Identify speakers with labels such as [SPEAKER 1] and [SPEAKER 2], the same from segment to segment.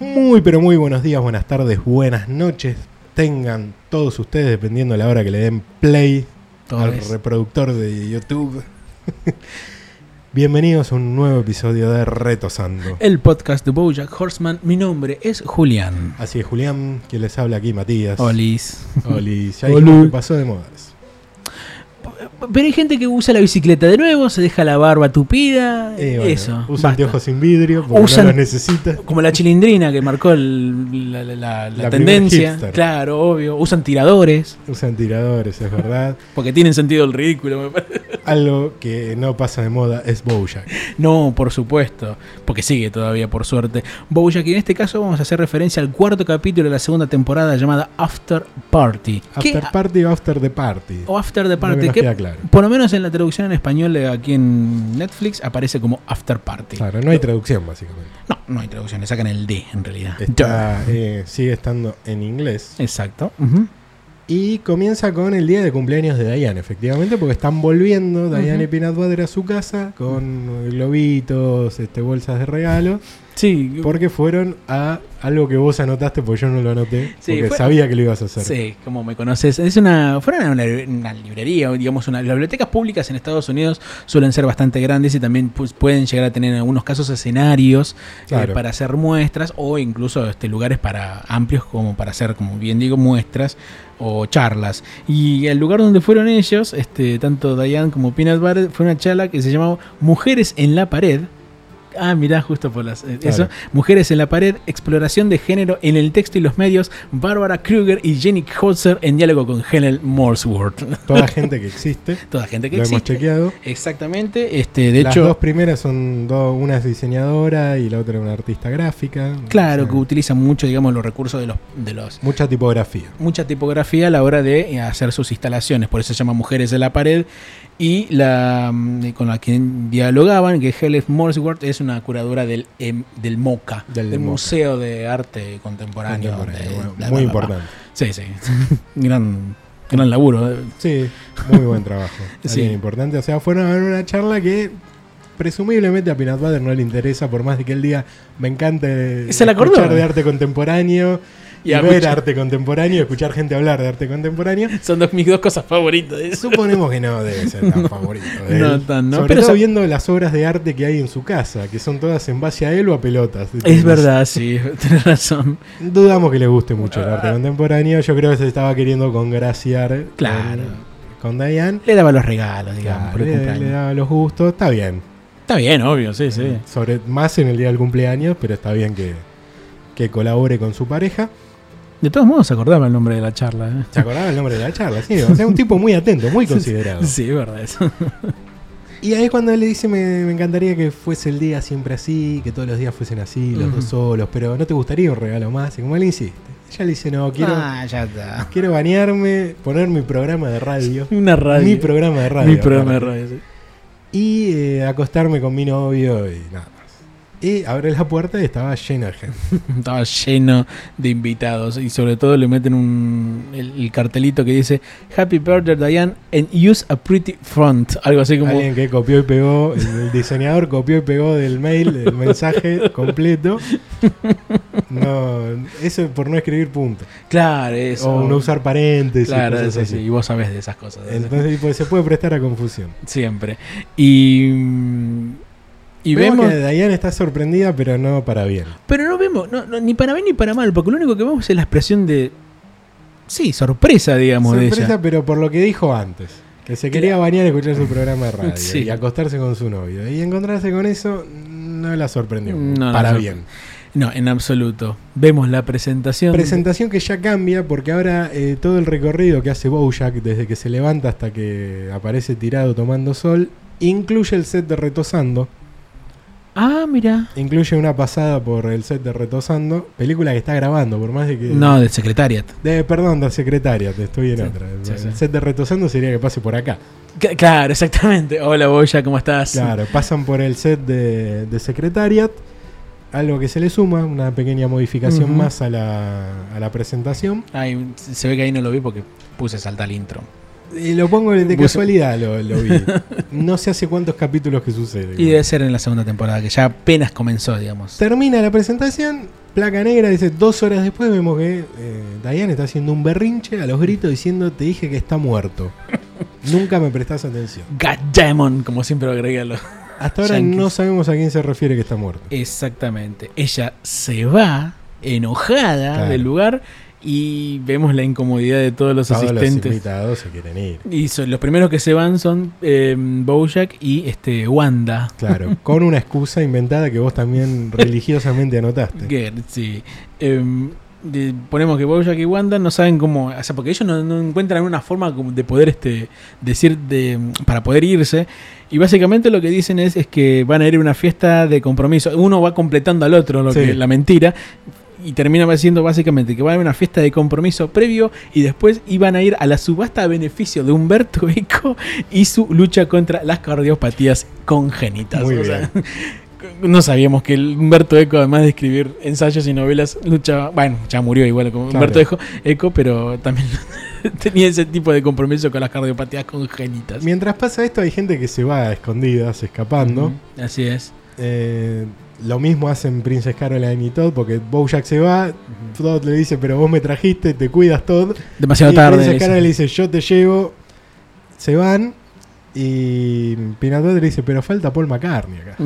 [SPEAKER 1] Muy, pero muy buenos días, buenas tardes, buenas noches. Tengan todos ustedes, dependiendo de la hora que le den play
[SPEAKER 2] Todo
[SPEAKER 1] al
[SPEAKER 2] es.
[SPEAKER 1] reproductor de YouTube. Bienvenidos a un nuevo episodio de Retosando.
[SPEAKER 2] El podcast de Bojack Horseman. Mi nombre es Julián.
[SPEAKER 1] Así es, Julián, quien les habla aquí, Matías.
[SPEAKER 2] Olis.
[SPEAKER 1] Oli. Ya dijimos
[SPEAKER 2] Oli.
[SPEAKER 1] que pasó de modas.
[SPEAKER 2] Pero hay gente que usa la bicicleta de nuevo, se deja la barba tupida.
[SPEAKER 1] Eh, bueno,
[SPEAKER 2] eso.
[SPEAKER 1] Usa
[SPEAKER 2] basta.
[SPEAKER 1] anteojos sin vidrio porque
[SPEAKER 2] Usan-
[SPEAKER 1] no los necesita.
[SPEAKER 2] Como la chilindrina que marcó el- la, la- la- la
[SPEAKER 1] La primera
[SPEAKER 2] tendencia.
[SPEAKER 1] hipster.
[SPEAKER 2] Claro, obvio. Usan tiradores.
[SPEAKER 1] Usan tiradores, es verdad.
[SPEAKER 2] Porque tienen sentido el ridículo, me parece.
[SPEAKER 1] Algo que no pasa de moda es Bojack.
[SPEAKER 2] No, por supuesto. Porque sigue todavía, por suerte. Bojack, y en este caso vamos a hacer referencia al cuarto capítulo de la segunda temporada llamada After Party. ¿Qué-
[SPEAKER 1] After party o after the party.
[SPEAKER 2] o After the
[SPEAKER 1] No me
[SPEAKER 2] Party,
[SPEAKER 1] nos
[SPEAKER 2] que
[SPEAKER 1] queda claro.
[SPEAKER 2] por lo menos en la traducción en español de aquí en Netflix aparece como After Party.
[SPEAKER 1] Claro, no hay traducción básicamente.
[SPEAKER 2] No, no hay traducción, le sacan el D en realidad.
[SPEAKER 1] Está, eh, sigue estando en inglés.
[SPEAKER 2] Exacto. ujú.
[SPEAKER 1] Y comienza con el día de cumpleaños de Diane, efectivamente, porque están volviendo Diane y Peanut Butter a su casa con globitos, este, bolsas de regalo,
[SPEAKER 2] Sí,
[SPEAKER 1] porque fueron a algo que vos anotaste, porque yo no lo anoté,
[SPEAKER 2] Sí,
[SPEAKER 1] porque
[SPEAKER 2] fue-
[SPEAKER 1] sabía que lo ibas a hacer.
[SPEAKER 2] Sí, como me conoces. Es una, fueron a una, una librería, o digamos, una, las bibliotecas públicas en Estados Unidos suelen ser bastante grandes y también pues, pueden llegar a tener en algunos casos escenarios eh,
[SPEAKER 1] Claro.
[SPEAKER 2] para hacer muestras o incluso este, lugares para amplios como para hacer, como bien digo, muestras o charlas. Y el lugar donde fueron ellos, este, tanto Diane como Peanut Butter, fue una charla que se llamaba Mujeres en la Pared. Ah, mirá, justo por las, eh,
[SPEAKER 1] Claro.
[SPEAKER 2] eso. Mujeres en la pared, exploración de género en el texto y los medios. Bárbara Kruger y Jenny Holzer en diálogo con Helen Morsworth.
[SPEAKER 1] Toda gente que existe,
[SPEAKER 2] Toda gente que
[SPEAKER 1] lo hemos
[SPEAKER 2] existe.
[SPEAKER 1] chequeado.
[SPEAKER 2] Exactamente. Este, de
[SPEAKER 1] Las
[SPEAKER 2] hecho,
[SPEAKER 1] dos primeras son do- una es diseñadora y la otra es una artista gráfica.
[SPEAKER 2] claro
[SPEAKER 1] O sea,
[SPEAKER 2] que utilizan mucho, digamos, los recursos de los, de los
[SPEAKER 1] mucha tipografía.
[SPEAKER 2] mucha tipografía a la hora de eh, hacer sus instalaciones, por eso se llama Mujeres de la Pared. Y la mm, con la que dialogaban, que Helen Morsworth es una curadora del, em- del MOCA,
[SPEAKER 1] Del
[SPEAKER 2] del,
[SPEAKER 1] MoCA.
[SPEAKER 2] Museo de Arte Contemporáneo.
[SPEAKER 1] contemporánea,
[SPEAKER 2] de-
[SPEAKER 1] bueno,
[SPEAKER 2] eh, bla,
[SPEAKER 1] muy
[SPEAKER 2] bla, bla, bla.
[SPEAKER 1] importante.
[SPEAKER 2] Sí, sí. gran, gran laburo. eh.
[SPEAKER 1] Sí, muy buen trabajo.
[SPEAKER 2] Sí.
[SPEAKER 1] Alguien importante. O sea, fueron a ver una charla que presumiblemente a Peanut Butter no le interesa, por más de que él diga, me encanta eh,
[SPEAKER 2] Se la acordó.
[SPEAKER 1] escuchar de arte contemporáneo y,
[SPEAKER 2] Y a
[SPEAKER 1] ver
[SPEAKER 2] escuchar-
[SPEAKER 1] arte contemporáneo, escuchar gente hablar de arte contemporáneo.
[SPEAKER 2] Son dos, mis dos cosas favoritas. de eso.
[SPEAKER 1] Suponemos que no debe ser tan favorito. de
[SPEAKER 2] No
[SPEAKER 1] él.
[SPEAKER 2] tan, ¿no?
[SPEAKER 1] Sobre
[SPEAKER 2] Pero
[SPEAKER 1] todo
[SPEAKER 2] sa-
[SPEAKER 1] viendo las obras de arte que hay en su casa, que son todas en base a él o a pelotas.
[SPEAKER 2] Es verdad, sí, tenés razón.
[SPEAKER 1] Dudamos que le guste mucho el
[SPEAKER 2] Ah.
[SPEAKER 1] arte contemporáneo. Yo creo que se estaba queriendo congraciar
[SPEAKER 2] Claro.
[SPEAKER 1] con, con Diane.
[SPEAKER 2] Le daba los regalos, digamos,
[SPEAKER 1] Eh, Claro,
[SPEAKER 2] por el
[SPEAKER 1] le, Eh.
[SPEAKER 2] cumpleaños.
[SPEAKER 1] le daba los gustos, está bien.
[SPEAKER 2] Está bien, obvio, sí, sí.
[SPEAKER 1] Sobre, más en el día del cumpleaños, pero está bien que, que colabore con su pareja.
[SPEAKER 2] De todos modos, se acordaba el nombre de la charla. ¿eh?
[SPEAKER 1] ¿Se acordaba el nombre de la charla? Sí, o sea, un tipo muy atento, muy considerado.
[SPEAKER 2] Sí, es verdad. eso.
[SPEAKER 1] Y ahí es cuando él le dice, me, me encantaría que fuese el día siempre así, que todos los días fuesen así, los
[SPEAKER 2] Ujú.
[SPEAKER 1] dos solos, pero ¿no te gustaría un regalo más? Y como él insiste, ella le dice, no, quiero,
[SPEAKER 2] Ah, ya está.
[SPEAKER 1] quiero bañarme, poner mi programa de radio.
[SPEAKER 2] Una radio.
[SPEAKER 1] Mi programa de radio.
[SPEAKER 2] Mi programa de
[SPEAKER 1] aparte.
[SPEAKER 2] radio, sí.
[SPEAKER 1] Y eh, acostarme con mi novio y nada más. Y abre la puerta y estaba llena de gente.
[SPEAKER 2] Estaba lleno de invitados y sobre todo le meten un, el, el cartelito que dice Happy Birthday Diane and use a pretty front. Algo así como...
[SPEAKER 1] Alguien que copió y pegó, el, el diseñador copió y pegó del mail el mensaje completo. No, eso por no escribir punto.
[SPEAKER 2] Claro, eso.
[SPEAKER 1] O no usar paréntesis.
[SPEAKER 2] Claro,
[SPEAKER 1] cosas
[SPEAKER 2] eso
[SPEAKER 1] así.
[SPEAKER 2] sí, y vos sabés de esas cosas.
[SPEAKER 1] Entonces pues, se puede prestar a confusión.
[SPEAKER 2] Siempre. Y. mm, Y
[SPEAKER 1] vemos
[SPEAKER 2] vemos.
[SPEAKER 1] que Diane está sorprendida, pero no para bien.
[SPEAKER 2] Pero no vemos, no, no, ni para bien ni para mal, porque lo único que vemos es la expresión de. Sí, sorpresa, digamos, de
[SPEAKER 1] Sorpresa,
[SPEAKER 2] ella.
[SPEAKER 1] pero por lo que dijo antes. Que se quería bañar y escuchar su programa de radio.
[SPEAKER 2] Sí.
[SPEAKER 1] Y acostarse con su novio. Y encontrarse con eso no la sorprendió.
[SPEAKER 2] No la
[SPEAKER 1] para
[SPEAKER 2] sorpre-
[SPEAKER 1] bien.
[SPEAKER 2] No, en absoluto. Vemos la presentación.
[SPEAKER 1] Presentación que ya cambia porque ahora eh, todo el recorrido que hace Bojack desde que se levanta hasta que aparece tirado tomando sol incluye el set de Retosando,
[SPEAKER 2] Ah, mira.
[SPEAKER 1] incluye una pasada por el set de Retosando, película que está grabando por más de que...
[SPEAKER 2] No, del Secretariat.
[SPEAKER 1] De, perdón, de secretaria, te estoy en
[SPEAKER 2] Sí,
[SPEAKER 1] otra.
[SPEAKER 2] sí,
[SPEAKER 1] el
[SPEAKER 2] sí.
[SPEAKER 1] set de Retosando sería que pase por acá.
[SPEAKER 2] C- claro, exactamente. Hola, Boya, ¿cómo estás?
[SPEAKER 1] Claro, pasan por el set de, de Secretariat, algo que se le suma, una pequeña modificación
[SPEAKER 2] Ujú.
[SPEAKER 1] más a la, a la presentación.
[SPEAKER 2] Ay, se ve que ahí no lo vi porque puse saltar el intro.
[SPEAKER 1] Y lo pongo de
[SPEAKER 2] Bus-
[SPEAKER 1] casualidad, lo, lo vi. No sé hace cuántos capítulos que sucede.
[SPEAKER 2] Y debe ser en la segunda temporada, que ya apenas comenzó, digamos.
[SPEAKER 1] Termina la presentación, placa negra, dice dos horas después vemos que eh, Diane está haciendo un berrinche a los gritos diciendo te dije que está muerto. Nunca me prestas atención.
[SPEAKER 2] God Demon, como siempre agregarlo.
[SPEAKER 1] Hasta ahora
[SPEAKER 2] Yankees.
[SPEAKER 1] no sabemos a quién se refiere que está muerto.
[SPEAKER 2] Exactamente. Ella se va enojada
[SPEAKER 1] Claro.
[SPEAKER 2] del lugar y vemos la incomodidad de todos los
[SPEAKER 1] Todos los
[SPEAKER 2] asistentes.
[SPEAKER 1] invitados se quieren ir.
[SPEAKER 2] y son- los primeros que se van son eh, Bojack y este Wanda.
[SPEAKER 1] Claro, con una excusa inventada que vos también religiosamente anotaste.
[SPEAKER 2] Gertz, sí. Em, de- ponemos que Bojack y Wanda no saben cómo. O sea, porque ellos no, no encuentran una forma como de poder este, decir de, para poder irse. Y básicamente lo que dicen es, es que van a ir a una fiesta de compromiso. Uno va completando al otro lo
[SPEAKER 1] Sí.
[SPEAKER 2] que, la mentira. Y termina siendo básicamente que van a una fiesta de compromiso previo y después iban a ir a la subasta a beneficio de Humberto Eco y su lucha contra las cardiopatías congénitas.
[SPEAKER 1] Muy
[SPEAKER 2] O
[SPEAKER 1] bien.
[SPEAKER 2] sea, no sabíamos que el Humberto Eco, además de escribir ensayos y novelas, luchaba. Bueno, ya murió igual como
[SPEAKER 1] Claro.
[SPEAKER 2] Humberto Eco, Eco, pero también tenía ese tipo de compromiso con las cardiopatías congénitas.
[SPEAKER 1] Mientras pasa esto hay gente que se va a escondidas, escapando.
[SPEAKER 2] Ujú, Así es.
[SPEAKER 1] Eh, lo mismo hacen Princess Caroline y Todd porque Bojack se va, Todd le dice pero vos me trajiste, te cuidas Todd.
[SPEAKER 2] Demasiado
[SPEAKER 1] y
[SPEAKER 2] tarde.
[SPEAKER 1] Princess
[SPEAKER 2] le
[SPEAKER 1] Caroline le
[SPEAKER 2] dicen.
[SPEAKER 1] dice yo te llevo, se van y Pinatod le dice pero falta Paul McCartney acá,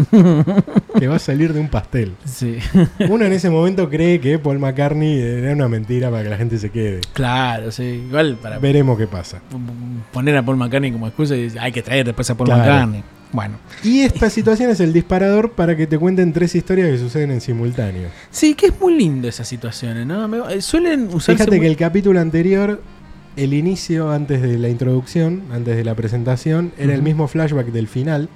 [SPEAKER 1] que va a salir de un pastel.
[SPEAKER 2] Sí,
[SPEAKER 1] Uno en ese momento cree que Paul McCartney eh, era una mentira para que la gente se quede.
[SPEAKER 2] claro, sí. Igual para p-
[SPEAKER 1] Veremos qué pasa.
[SPEAKER 2] poner a Paul McCartney como excusa y decir, hay que traer después a Paul
[SPEAKER 1] Claro.
[SPEAKER 2] McCartney. Bueno,
[SPEAKER 1] Y esta situación es el disparador para que te cuenten tres historias que suceden en simultáneo.
[SPEAKER 2] sí, que es muy lindo esas situaciones, ¿no? Me- eh, Suelen usarse.
[SPEAKER 1] Fíjate
[SPEAKER 2] muy-
[SPEAKER 1] que el capítulo anterior, el inicio antes de la introducción, antes de la presentación, era el
[SPEAKER 2] Ujú.
[SPEAKER 1] mismo flashback del final.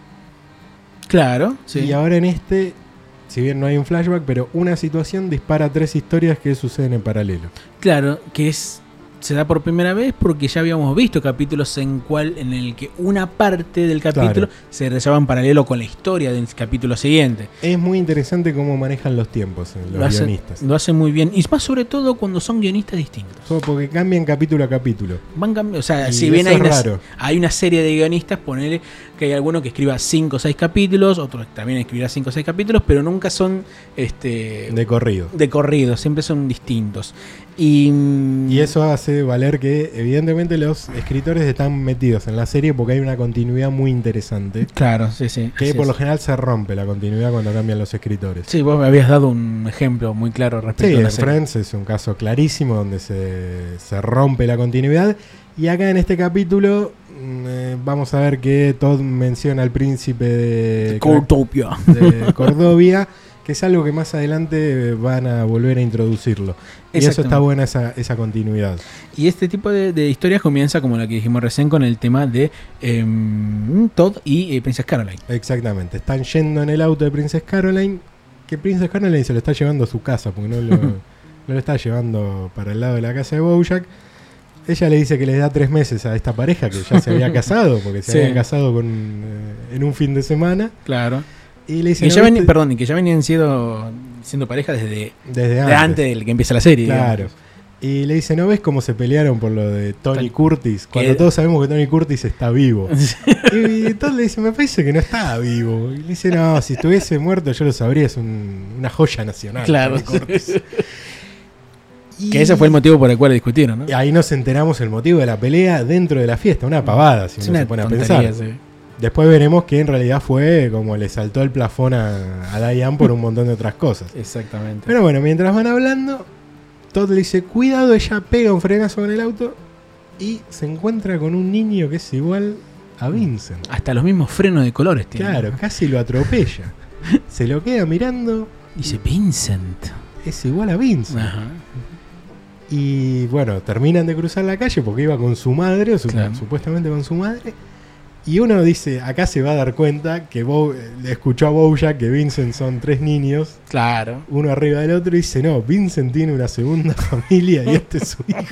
[SPEAKER 2] Claro, sí.
[SPEAKER 1] Y ahora en este, si bien no hay un flashback, pero una situación dispara tres historias que suceden en paralelo.
[SPEAKER 2] Claro, que es se da por primera vez porque ya habíamos visto capítulos en cual en el que una parte del capítulo
[SPEAKER 1] Claro.
[SPEAKER 2] se desarrollaba en paralelo con la historia del capítulo siguiente.
[SPEAKER 1] Es muy interesante cómo manejan los tiempos eh, los
[SPEAKER 2] lo, hace,
[SPEAKER 1] guionistas.
[SPEAKER 2] lo hace muy bien y más sobre todo cuando son guionistas distintos.
[SPEAKER 1] Todo Porque cambian capítulo a capítulo.
[SPEAKER 2] Van cambiando, o sea,
[SPEAKER 1] Y
[SPEAKER 2] si bien
[SPEAKER 1] eso es
[SPEAKER 2] hay una,
[SPEAKER 1] raro.
[SPEAKER 2] hay una serie de guionistas, ponele que hay alguno que escriba 5 o 6 capítulos, otro que también escribirá 5 o 6 capítulos, pero nunca son este de,
[SPEAKER 1] De corrido.
[SPEAKER 2] corrido, siempre son distintos. Y, mm,
[SPEAKER 1] Y eso hace valer que evidentemente los escritores están metidos en la serie porque hay una continuidad muy interesante.
[SPEAKER 2] Claro, sí, sí.
[SPEAKER 1] Que
[SPEAKER 2] así
[SPEAKER 1] por
[SPEAKER 2] es.
[SPEAKER 1] lo general se rompe la continuidad cuando cambian los escritores.
[SPEAKER 2] Sí, vos me habías dado un ejemplo muy claro
[SPEAKER 1] Sí,
[SPEAKER 2] respecto a la
[SPEAKER 1] en
[SPEAKER 2] serie.
[SPEAKER 1] Friends es un caso clarísimo donde se, se rompe la continuidad. Y acá en este capítulo mm, eh, vamos a ver que Todd menciona al príncipe de,
[SPEAKER 2] Cortopia.
[SPEAKER 1] de Cordovia, que es algo que más adelante eh, van a volver a introducirlo. Y eso está
[SPEAKER 2] Exactamente.
[SPEAKER 1] buena esa, esa continuidad.
[SPEAKER 2] Y este tipo de, de historias comienza, como la que dijimos recién, con el tema de em, Todd y eh, Princess Caroline.
[SPEAKER 1] Exactamente. Están yendo en el auto de Princess Caroline, que Princess Caroline se lo está llevando a su casa, porque no lo, no lo está llevando para el lado de la casa de Bojack. Ella le dice que les da tres meses a esta pareja que ya se había casado, porque se
[SPEAKER 2] Sí.
[SPEAKER 1] habían casado con, eh, en un fin de semana.
[SPEAKER 2] Claro.
[SPEAKER 1] Y le dice
[SPEAKER 2] Que
[SPEAKER 1] "¿No
[SPEAKER 2] ya, ven-
[SPEAKER 1] viste?"
[SPEAKER 2] perdón, y que ya venían siendo, siendo pareja desde
[SPEAKER 1] desde
[SPEAKER 2] de
[SPEAKER 1] antes.
[SPEAKER 2] antes del que empieza la serie.
[SPEAKER 1] Claro.
[SPEAKER 2] digamos.
[SPEAKER 1] Y le dice, ¿no ves cómo se pelearon por lo de Tony
[SPEAKER 2] Tony-
[SPEAKER 1] Curtis? Cuando
[SPEAKER 2] que-
[SPEAKER 1] todos sabemos que Tony Curtis está vivo. Y entonces le dice, me parece que no estaba vivo. Y le dice, no, si estuviese muerto yo lo sabría, es un- una joya nacional.
[SPEAKER 2] Claro.
[SPEAKER 1] Tony Curtis". Y
[SPEAKER 2] que ese fue el motivo por el cual discutieron, ¿no?
[SPEAKER 1] y Ahí nos enteramos el motivo de la pelea dentro de la fiesta, una pavada, si
[SPEAKER 2] Es
[SPEAKER 1] uno
[SPEAKER 2] una
[SPEAKER 1] se pone a
[SPEAKER 2] tontería,
[SPEAKER 1] pensar.
[SPEAKER 2] sí.
[SPEAKER 1] Después veremos que en realidad fue como le saltó el plafón a, a Diane por un montón de otras cosas.
[SPEAKER 2] Exactamente.
[SPEAKER 1] Pero bueno, mientras van hablando, Todd le dice, cuidado, ella pega un frenazo con el auto y se encuentra con un niño que es igual a Vincent.
[SPEAKER 2] Hasta los mismos frenos de colores tiene.
[SPEAKER 1] Claro, casi lo atropella. Se lo queda mirando,
[SPEAKER 2] Dice Vincent.
[SPEAKER 1] es igual a Vince.
[SPEAKER 2] Ajá.
[SPEAKER 1] Y bueno, terminan de cruzar la calle porque iba con su madre, o su-
[SPEAKER 2] Claro.
[SPEAKER 1] supuestamente con su madre. Y uno dice, acá se va a dar cuenta que Bo- le escuchó a Bojack que Vincent son tres niños,
[SPEAKER 2] Claro.
[SPEAKER 1] uno arriba del otro, y dice, no, Vincent tiene una segunda familia y este es su hijo.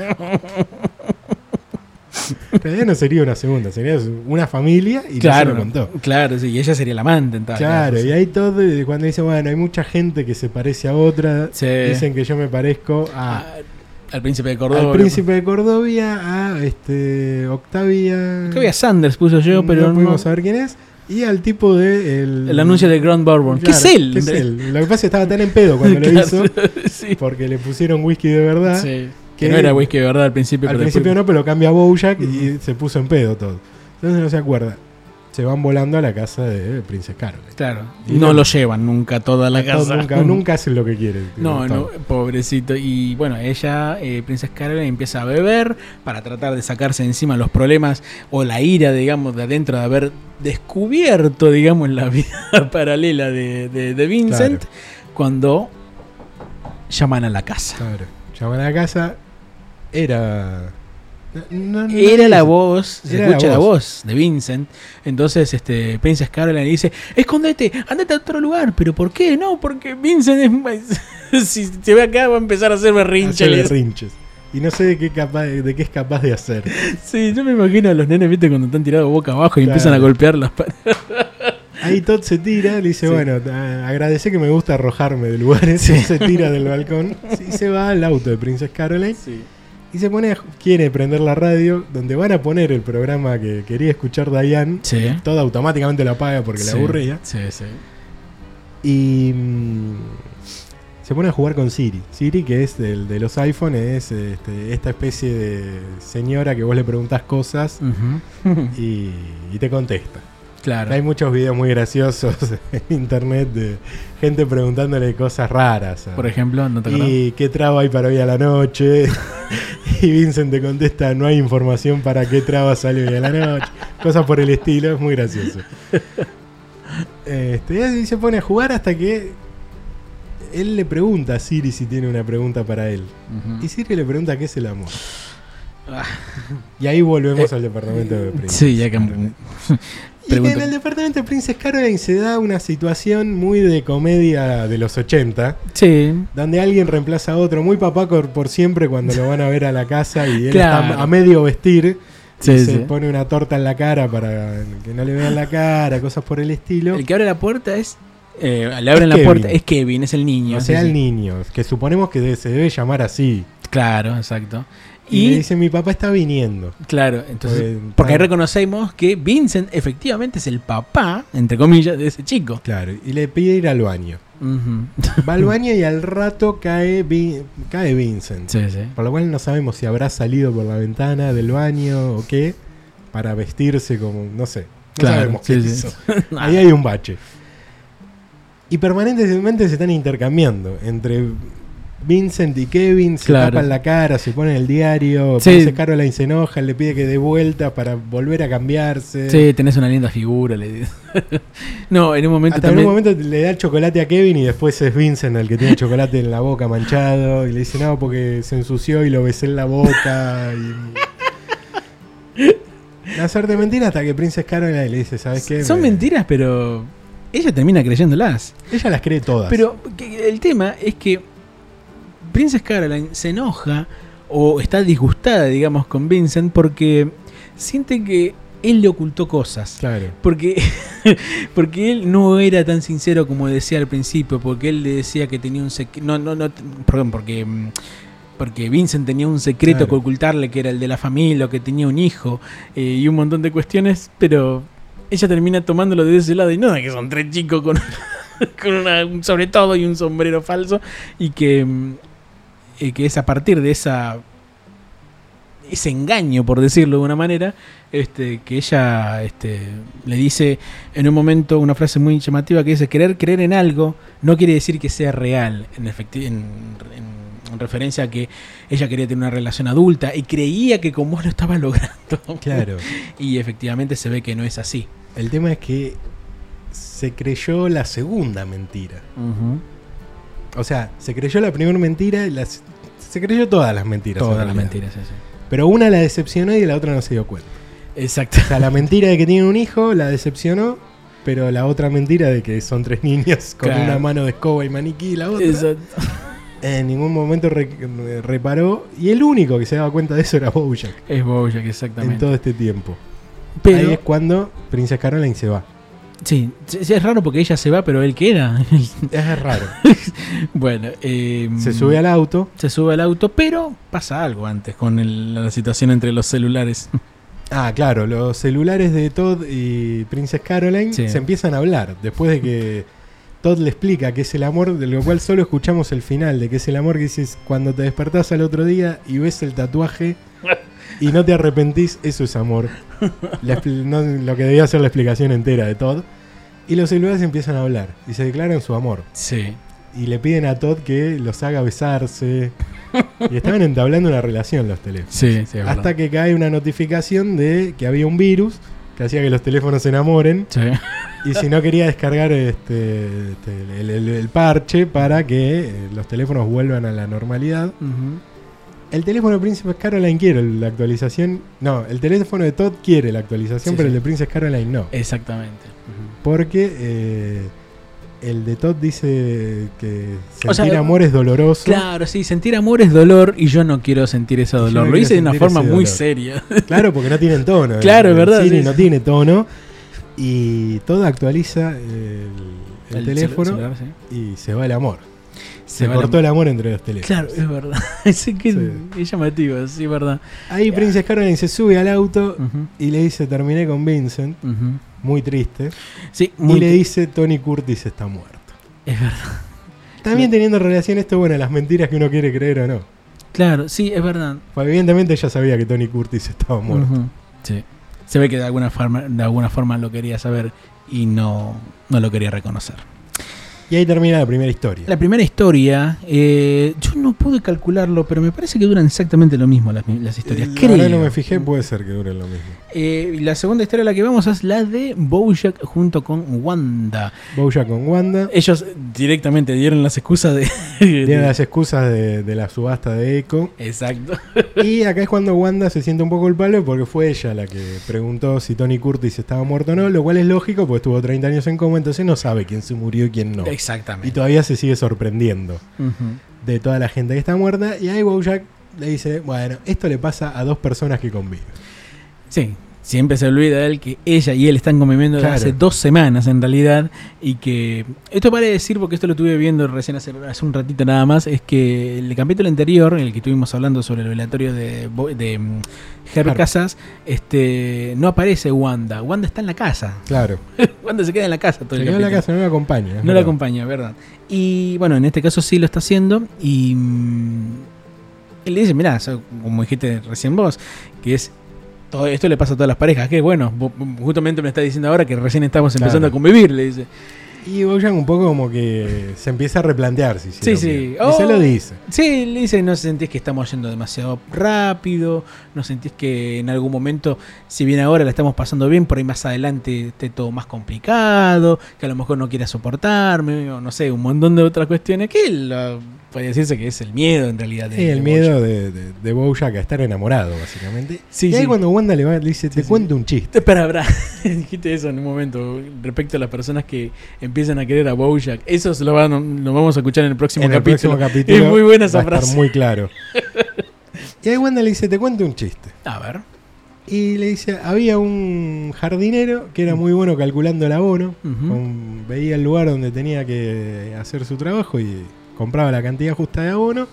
[SPEAKER 1] En realidad no sería una segunda, sería una familia y
[SPEAKER 2] claro,
[SPEAKER 1] claro, se lo contó.
[SPEAKER 2] claro, sí, y ella sería la amante pues, en tal
[SPEAKER 1] Claro,
[SPEAKER 2] caso.
[SPEAKER 1] y ahí todo, y cuando dice, bueno, hay mucha gente que se parece a otra,
[SPEAKER 2] Sí.
[SPEAKER 1] dicen que yo me parezco a,
[SPEAKER 2] Ah, al príncipe de Córdoba.
[SPEAKER 1] al príncipe de Cordovia, a este Octavia,
[SPEAKER 2] Creo que a Sanders puso yo, pero
[SPEAKER 1] no
[SPEAKER 2] no.
[SPEAKER 1] pudimos saber quién es, y al tipo de el,
[SPEAKER 2] El anuncio de Grand Bourbon.
[SPEAKER 1] Claro,
[SPEAKER 2] ¿Qué es él?
[SPEAKER 1] que es él. Lo que pasa es que estaba tan en pedo cuando lo
[SPEAKER 2] Claro,
[SPEAKER 1] hizo,
[SPEAKER 2] sí.
[SPEAKER 1] porque le pusieron whisky de verdad.
[SPEAKER 2] Sí. Que
[SPEAKER 1] que-
[SPEAKER 2] no era whisky de verdad al principio,
[SPEAKER 1] Al
[SPEAKER 2] pero
[SPEAKER 1] principio
[SPEAKER 2] después-
[SPEAKER 1] no, pero cambia a Bojack y
[SPEAKER 2] Ujú.
[SPEAKER 1] se puso en pedo todo. Entonces no se acuerda. Se van volando a la casa de Princess Caroline.
[SPEAKER 2] Claro.
[SPEAKER 1] Y
[SPEAKER 2] Y no,
[SPEAKER 1] no.
[SPEAKER 2] lo llevan nunca a toda la
[SPEAKER 1] Todos
[SPEAKER 2] casa.
[SPEAKER 1] Nunca, nunca hacen lo que quieren. tipo,
[SPEAKER 2] No, no,
[SPEAKER 1] todo.
[SPEAKER 2] pobrecito. Y bueno, ella, eh, Princess Caroline, empieza a beber para tratar de sacarse encima los problemas o la ira, digamos, de adentro de haber descubierto, digamos, la vida paralela de, de- de Vincent cuando llaman a la casa.
[SPEAKER 1] Claro. Llaman a la casa. Era. no- no-
[SPEAKER 2] Era la
[SPEAKER 1] no-
[SPEAKER 2] voz, se
[SPEAKER 1] Era la
[SPEAKER 2] escucha la
[SPEAKER 1] voz.
[SPEAKER 2] voz de Vincent. Entonces, este, Princess Caroline dice, escóndete, andate a otro lugar. ¿Pero por qué? No, porque Vincent es... si se ve acá va a empezar a hacer berrinche.
[SPEAKER 1] hacerle
[SPEAKER 2] le-
[SPEAKER 1] rinches. Y no sé de qué, capaz, de qué es capaz de hacer.
[SPEAKER 2] Sí, yo me imagino a los nenes, viste, cuando están tirados boca abajo y
[SPEAKER 1] Claro.
[SPEAKER 2] empiezan a golpear las paredes.
[SPEAKER 1] Ahí Todd se tira, le dice,
[SPEAKER 2] Sí.
[SPEAKER 1] bueno, a- agradece que me gusta arrojarme de lugares. Se tira del balcón y se va al auto de Princess Caroline. Y se pone, a- quiere prender la radio, donde van a poner el programa que quería escuchar Diane.
[SPEAKER 2] Sí.
[SPEAKER 1] Todo automáticamente lo apaga porque
[SPEAKER 2] Sí.
[SPEAKER 1] la aburría.
[SPEAKER 2] Sí, sí.
[SPEAKER 1] Y mm, se pone a jugar con Siri. Siri, que es del, de los iPhone, es este, esta especie de señora que vos le preguntás cosas y, y te contesta.
[SPEAKER 2] claro.
[SPEAKER 1] Hay muchos videos muy graciosos en internet de gente preguntándole cosas raras. a-
[SPEAKER 2] Por ejemplo, ¿no te acordás?
[SPEAKER 1] ¿Y qué traba hay para hoy a la noche? y Vincent te contesta, no hay información para qué traba sale hoy a la noche. Cosas por el estilo, es muy gracioso. Este, y así se pone a jugar hasta que él le pregunta a Siri si tiene una pregunta para él.
[SPEAKER 2] Ujú.
[SPEAKER 1] Y Siri le pregunta qué es el amor.
[SPEAKER 2] Ah. Eh,
[SPEAKER 1] Y ahí volvemos al departamento de Princess.
[SPEAKER 2] Sí, ya que...
[SPEAKER 1] Caroline. Y
[SPEAKER 2] pregunta-
[SPEAKER 1] en el departamento de Princess Caroline se da una situación muy de comedia de los 80
[SPEAKER 2] Sí.
[SPEAKER 1] donde alguien reemplaza a otro, muy papá cor- por siempre cuando lo van a ver a la casa y él
[SPEAKER 2] Claro.
[SPEAKER 1] está a medio vestir,
[SPEAKER 2] Sí,
[SPEAKER 1] y se
[SPEAKER 2] sí.
[SPEAKER 1] pone una torta en la cara para que no le vean la cara, cosas por el estilo.
[SPEAKER 2] El que abre la puerta es... eh, le abren
[SPEAKER 1] Es
[SPEAKER 2] la
[SPEAKER 1] Kevin.
[SPEAKER 2] puerta, es Kevin, es el niño.
[SPEAKER 1] o sea,
[SPEAKER 2] Sí,
[SPEAKER 1] el
[SPEAKER 2] sí.
[SPEAKER 1] niño, que suponemos que de- se debe llamar así.
[SPEAKER 2] Claro, exacto.
[SPEAKER 1] Y,
[SPEAKER 2] Y,
[SPEAKER 1] le dice, mi papá está viniendo.
[SPEAKER 2] claro, entonces...
[SPEAKER 1] Pues,
[SPEAKER 2] Porque ahí
[SPEAKER 1] claro.
[SPEAKER 2] reconocemos que Vincent efectivamente es el papá, entre comillas, de ese chico.
[SPEAKER 1] Claro, y le pide ir al baño.
[SPEAKER 2] Ujú.
[SPEAKER 1] Va al baño y al rato cae, Vi- cae Vincent.
[SPEAKER 2] Sí, sí.
[SPEAKER 1] Por lo cual no sabemos si habrá salido por la ventana del baño o qué, para vestirse como, no sé. No
[SPEAKER 2] Claro,
[SPEAKER 1] sabemos
[SPEAKER 2] sí,
[SPEAKER 1] qué
[SPEAKER 2] sí.
[SPEAKER 1] hizo. Ahí hay un bache. Y permanentemente se están intercambiando entre Vincent y Kevin, se
[SPEAKER 2] Claro.
[SPEAKER 1] tapan la cara, se ponen el diario,
[SPEAKER 2] Sí.
[SPEAKER 1] Princess Caroline se enoja, le pide que dé vuelta para volver a cambiarse.
[SPEAKER 2] Sí, tenés una linda figura, le digo. no, en un momento
[SPEAKER 1] Hasta en un
[SPEAKER 2] también.
[SPEAKER 1] momento le da el chocolate a Kevin y después es Vincent el que tiene el chocolate en la boca manchado y le dice no porque se ensució y lo besé en la boca y... Hacerte mentira hasta que Princess Caroline le dice, ¿sabes qué?
[SPEAKER 2] Son
[SPEAKER 1] Me-
[SPEAKER 2] mentiras, pero ella termina creyéndolas.
[SPEAKER 1] Ella las cree todas.
[SPEAKER 2] Pero que- el tema es que Princess Caroline se enoja o está disgustada, digamos, con Vincent porque siente que él le ocultó cosas.
[SPEAKER 1] Claro.
[SPEAKER 2] Porque, porque él no era tan sincero como decía al principio, porque él le decía que tenía un secreto, no, no, no, perdón, porque, mm, porque Vincent tenía un secreto
[SPEAKER 1] Claro.
[SPEAKER 2] que ocultarle, que era el de la familia, o que tenía un hijo, eh, y un montón de cuestiones, pero ella termina tomándolo de ese lado, y nada, que son tres chicos con, con una- un sobre todo y un sombrero falso, y que, mm, eh, que es a partir de esa ese engaño, por decirlo de una manera, este, que ella este, le dice en un momento una frase muy llamativa que dice, querer creer en algo no quiere decir que sea real, en, efecti- en, en- en referencia a que ella quería tener una relación adulta y creía que con vos lo estaba logrando.
[SPEAKER 1] Claro.
[SPEAKER 2] Y efectivamente se ve que no es así.
[SPEAKER 1] El tema es que se creyó la segunda mentira. O sea, se creyó la primera mentira y las... Se creyó todas las mentiras. en
[SPEAKER 2] Todas las
[SPEAKER 1] realidad.
[SPEAKER 2] mentiras. sí, sí.
[SPEAKER 1] Pero una la decepcionó y de la otra no se dio cuenta.
[SPEAKER 2] Exacto.
[SPEAKER 1] O sea, la mentira de que tiene un hijo la decepcionó, pero la otra mentira de que son tres niños con
[SPEAKER 2] Claro.
[SPEAKER 1] una mano de escoba y maniquí y la otra
[SPEAKER 2] Exacto.
[SPEAKER 1] en ningún momento re- eh, reparó y el único que se daba cuenta de eso era Bojack
[SPEAKER 2] Es Bojack,
[SPEAKER 1] en
[SPEAKER 2] exactamente.
[SPEAKER 1] todo este tiempo. Ahí
[SPEAKER 2] Pero,
[SPEAKER 1] es cuando Princess Caroline se va.
[SPEAKER 2] sí, sí, sí, es raro porque ella se va, pero él queda.
[SPEAKER 1] Es raro.
[SPEAKER 2] bueno, eh,
[SPEAKER 1] se sube al auto
[SPEAKER 2] se sube al auto, pero pasa algo antes con el- la situación entre los celulares.
[SPEAKER 1] Ah, claro, los celulares de Todd y Princess Caroline
[SPEAKER 2] Sí.
[SPEAKER 1] se empiezan a hablar después de que Todd le explica que es el amor, de lo cual solo escuchamos el final, de que es el amor que dices cuando te despertás al otro día y ves el tatuaje y no te arrepentís, eso es amor. La expli- no- lo que debía ser la explicación entera de Todd. Y los celulares empiezan a hablar y se declaran su amor.
[SPEAKER 2] Sí,
[SPEAKER 1] Y le piden a Todd que los haga besarse. Y estaban entablando una relación los teléfonos.
[SPEAKER 2] sí, sí. es verdad.
[SPEAKER 1] Hasta que cae una notificación de que había un virus que hacía que los teléfonos se enamoren.
[SPEAKER 2] Sí.
[SPEAKER 1] Y si no quería descargar este, este, el, el- el parche para que eh, los teléfonos vuelvan a la normalidad.
[SPEAKER 2] Ujú.
[SPEAKER 1] El teléfono de Princess Caroline quiere la actualización. No, el teléfono de Todd quiere la actualización,
[SPEAKER 2] Sí,
[SPEAKER 1] pero
[SPEAKER 2] sí. Eh.
[SPEAKER 1] el de Princess Caroline no.
[SPEAKER 2] Exactamente.
[SPEAKER 1] Porque eh, el de Todd dice que sentir
[SPEAKER 2] O sea,
[SPEAKER 1] amor es doloroso.
[SPEAKER 2] Claro, sí, sentir amor es dolor y yo no quiero sentir ese
[SPEAKER 1] yo no
[SPEAKER 2] dolor. Lo
[SPEAKER 1] quiero
[SPEAKER 2] hice de una
[SPEAKER 1] sentir
[SPEAKER 2] forma
[SPEAKER 1] ese
[SPEAKER 2] muy
[SPEAKER 1] dolor.
[SPEAKER 2] seria.
[SPEAKER 1] Claro, porque no tienen tono. El-
[SPEAKER 2] Claro, es
[SPEAKER 1] el
[SPEAKER 2] verdad,
[SPEAKER 1] Siri
[SPEAKER 2] sí,
[SPEAKER 1] no
[SPEAKER 2] sí.
[SPEAKER 1] tiene tono. Y todo actualiza el, el teléfono
[SPEAKER 2] celular, sí.
[SPEAKER 1] y se va el amor.
[SPEAKER 2] Se
[SPEAKER 1] Se,
[SPEAKER 2] va la-
[SPEAKER 1] cortó el amor entre los teléfonos.
[SPEAKER 2] Claro, es verdad. Sí, que
[SPEAKER 1] Sí.
[SPEAKER 2] Es llamativo, sí, es verdad.
[SPEAKER 1] Ahí Princess Caroline se sube al auto
[SPEAKER 2] Ujú,
[SPEAKER 1] y le dice: Terminé con Vincent.
[SPEAKER 2] ujú.
[SPEAKER 1] Muy triste.
[SPEAKER 2] Sí, muy
[SPEAKER 1] y le
[SPEAKER 2] que-
[SPEAKER 1] dice: Tony Curtis está muerto.
[SPEAKER 2] Es verdad.
[SPEAKER 1] También teniendo relación esto, bueno, las mentiras que uno quiere creer o no.
[SPEAKER 2] Claro, sí, es verdad.
[SPEAKER 1] Pues evidentemente ella sabía que Tony Curtis estaba muerto.
[SPEAKER 2] Ujú, Sí. Se ve que de alguna forma, de alguna forma lo quería saber y no, no lo quería reconocer.
[SPEAKER 1] Y ahí termina la primera historia.
[SPEAKER 2] La primera historia, eh, yo no pude calcularlo, pero me parece que duran exactamente lo mismo las, las historias.
[SPEAKER 1] La
[SPEAKER 2] creo.
[SPEAKER 1] verdad no me fijé, puede ser que dure lo mismo.
[SPEAKER 2] Eh, y la segunda historia a la que vamos es la de Bojack junto con Wanda.
[SPEAKER 1] Bouya con Wanda.
[SPEAKER 2] Ellos directamente dieron las excusas de.
[SPEAKER 1] Tiene las excusas de, de la subasta de Echo.
[SPEAKER 2] Exacto.
[SPEAKER 1] Y acá es cuando Wanda se siente un poco culpable porque fue ella la que preguntó si Tony Curtis estaba muerto o no, lo cual es lógico porque estuvo 30 años en coma, entonces no sabe quién se murió y quién no. Y
[SPEAKER 2] Exactamente.
[SPEAKER 1] todavía se sigue sorprendiendo
[SPEAKER 2] Ujú.
[SPEAKER 1] de toda la gente que está muerta. Y ahí Bojack le dice, bueno, esto le pasa a dos personas que conviven.
[SPEAKER 2] Sí, siempre se olvida él que ella y él están conviviendo desde
[SPEAKER 1] Claro.
[SPEAKER 2] hace dos semanas en realidad y que esto vale decir porque esto lo estuve viendo recién hace, hace un ratito nada más es que el capítulo anterior en el que estuvimos hablando sobre el velatorio de, Bo- de mm, Herb
[SPEAKER 1] Herb.
[SPEAKER 2] Casas este no aparece Wanda Wanda está en la casa
[SPEAKER 1] Claro.
[SPEAKER 2] Wanda se queda en la casa todo
[SPEAKER 1] Se
[SPEAKER 2] el
[SPEAKER 1] quedó en la
[SPEAKER 2] capítulo.
[SPEAKER 1] casa, no la acompaña. es
[SPEAKER 2] No la
[SPEAKER 1] verdad.
[SPEAKER 2] acompaña, ¿verdad? Y bueno, en este caso sí lo está haciendo. Y mm, él le dice, mirá, so- como dijiste recién vos, que es... Todo esto le pasa a todas las parejas. Que bueno, vos- vos justamente me está diciendo ahora que recién estamos
[SPEAKER 1] Claro.
[SPEAKER 2] empezando a convivir, le dice.
[SPEAKER 1] Y Bojack un poco como que se empieza a replantear si hicieron
[SPEAKER 2] Sí, sí.
[SPEAKER 1] bien. Y
[SPEAKER 2] Oh.
[SPEAKER 1] se lo dice.
[SPEAKER 2] Sí, le dice, no sentís que estamos yendo demasiado rápido, no sentís que en algún momento, si bien ahora la estamos pasando bien, por ahí más adelante esté todo más complicado, que a lo mejor no quieras soportarme, o no sé, un montón de otras cuestiones, que lo- podría decirse que es el miedo en realidad. de-
[SPEAKER 1] Sí,
[SPEAKER 2] de
[SPEAKER 1] el miedo de, de, de Bojack a estar enamorado, básicamente.
[SPEAKER 2] Sí,
[SPEAKER 1] y ahí
[SPEAKER 2] sí.
[SPEAKER 1] cuando Wanda le, va, le dice, te
[SPEAKER 2] sí.
[SPEAKER 1] cuento un chiste.
[SPEAKER 2] Espera, espera. dijiste eso en un momento respecto a las personas que empiezan a querer a Bojack. Eso se lo, van- lo vamos a escuchar en el próximo
[SPEAKER 1] en el
[SPEAKER 2] capítulo.
[SPEAKER 1] próximo capítulo
[SPEAKER 2] Es muy buena esa
[SPEAKER 1] va a estar
[SPEAKER 2] frase.
[SPEAKER 1] muy claro. y ahí Wanda le dice, te cuento un chiste.
[SPEAKER 2] A ver.
[SPEAKER 1] Y le dice, había un jardinero que era muy bueno calculando el abono.
[SPEAKER 2] Ujú.
[SPEAKER 1] Con- veía el lugar donde tenía que hacer su trabajo y compraba la cantidad justa de abono.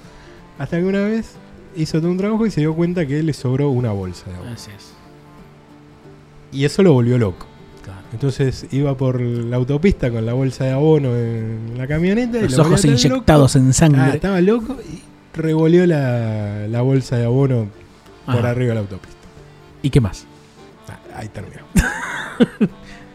[SPEAKER 1] Hasta que una vez hizo todo un trabajo y se dio cuenta que le sobró una bolsa de abono.
[SPEAKER 2] Así es. Ah.
[SPEAKER 1] Y eso lo volvió loco.
[SPEAKER 2] Claro.
[SPEAKER 1] Entonces iba por la autopista con la bolsa de abono en la camioneta. y
[SPEAKER 2] Los
[SPEAKER 1] lo volvió
[SPEAKER 2] ojos
[SPEAKER 1] tan
[SPEAKER 2] inyectados en
[SPEAKER 1] loco. Ah,
[SPEAKER 2] sangre.
[SPEAKER 1] estaba loco y revolvió la, la bolsa de abono por
[SPEAKER 2] Ajá.
[SPEAKER 1] arriba de la autopista.
[SPEAKER 2] ¿Y qué más?
[SPEAKER 1] Ah, ahí terminó.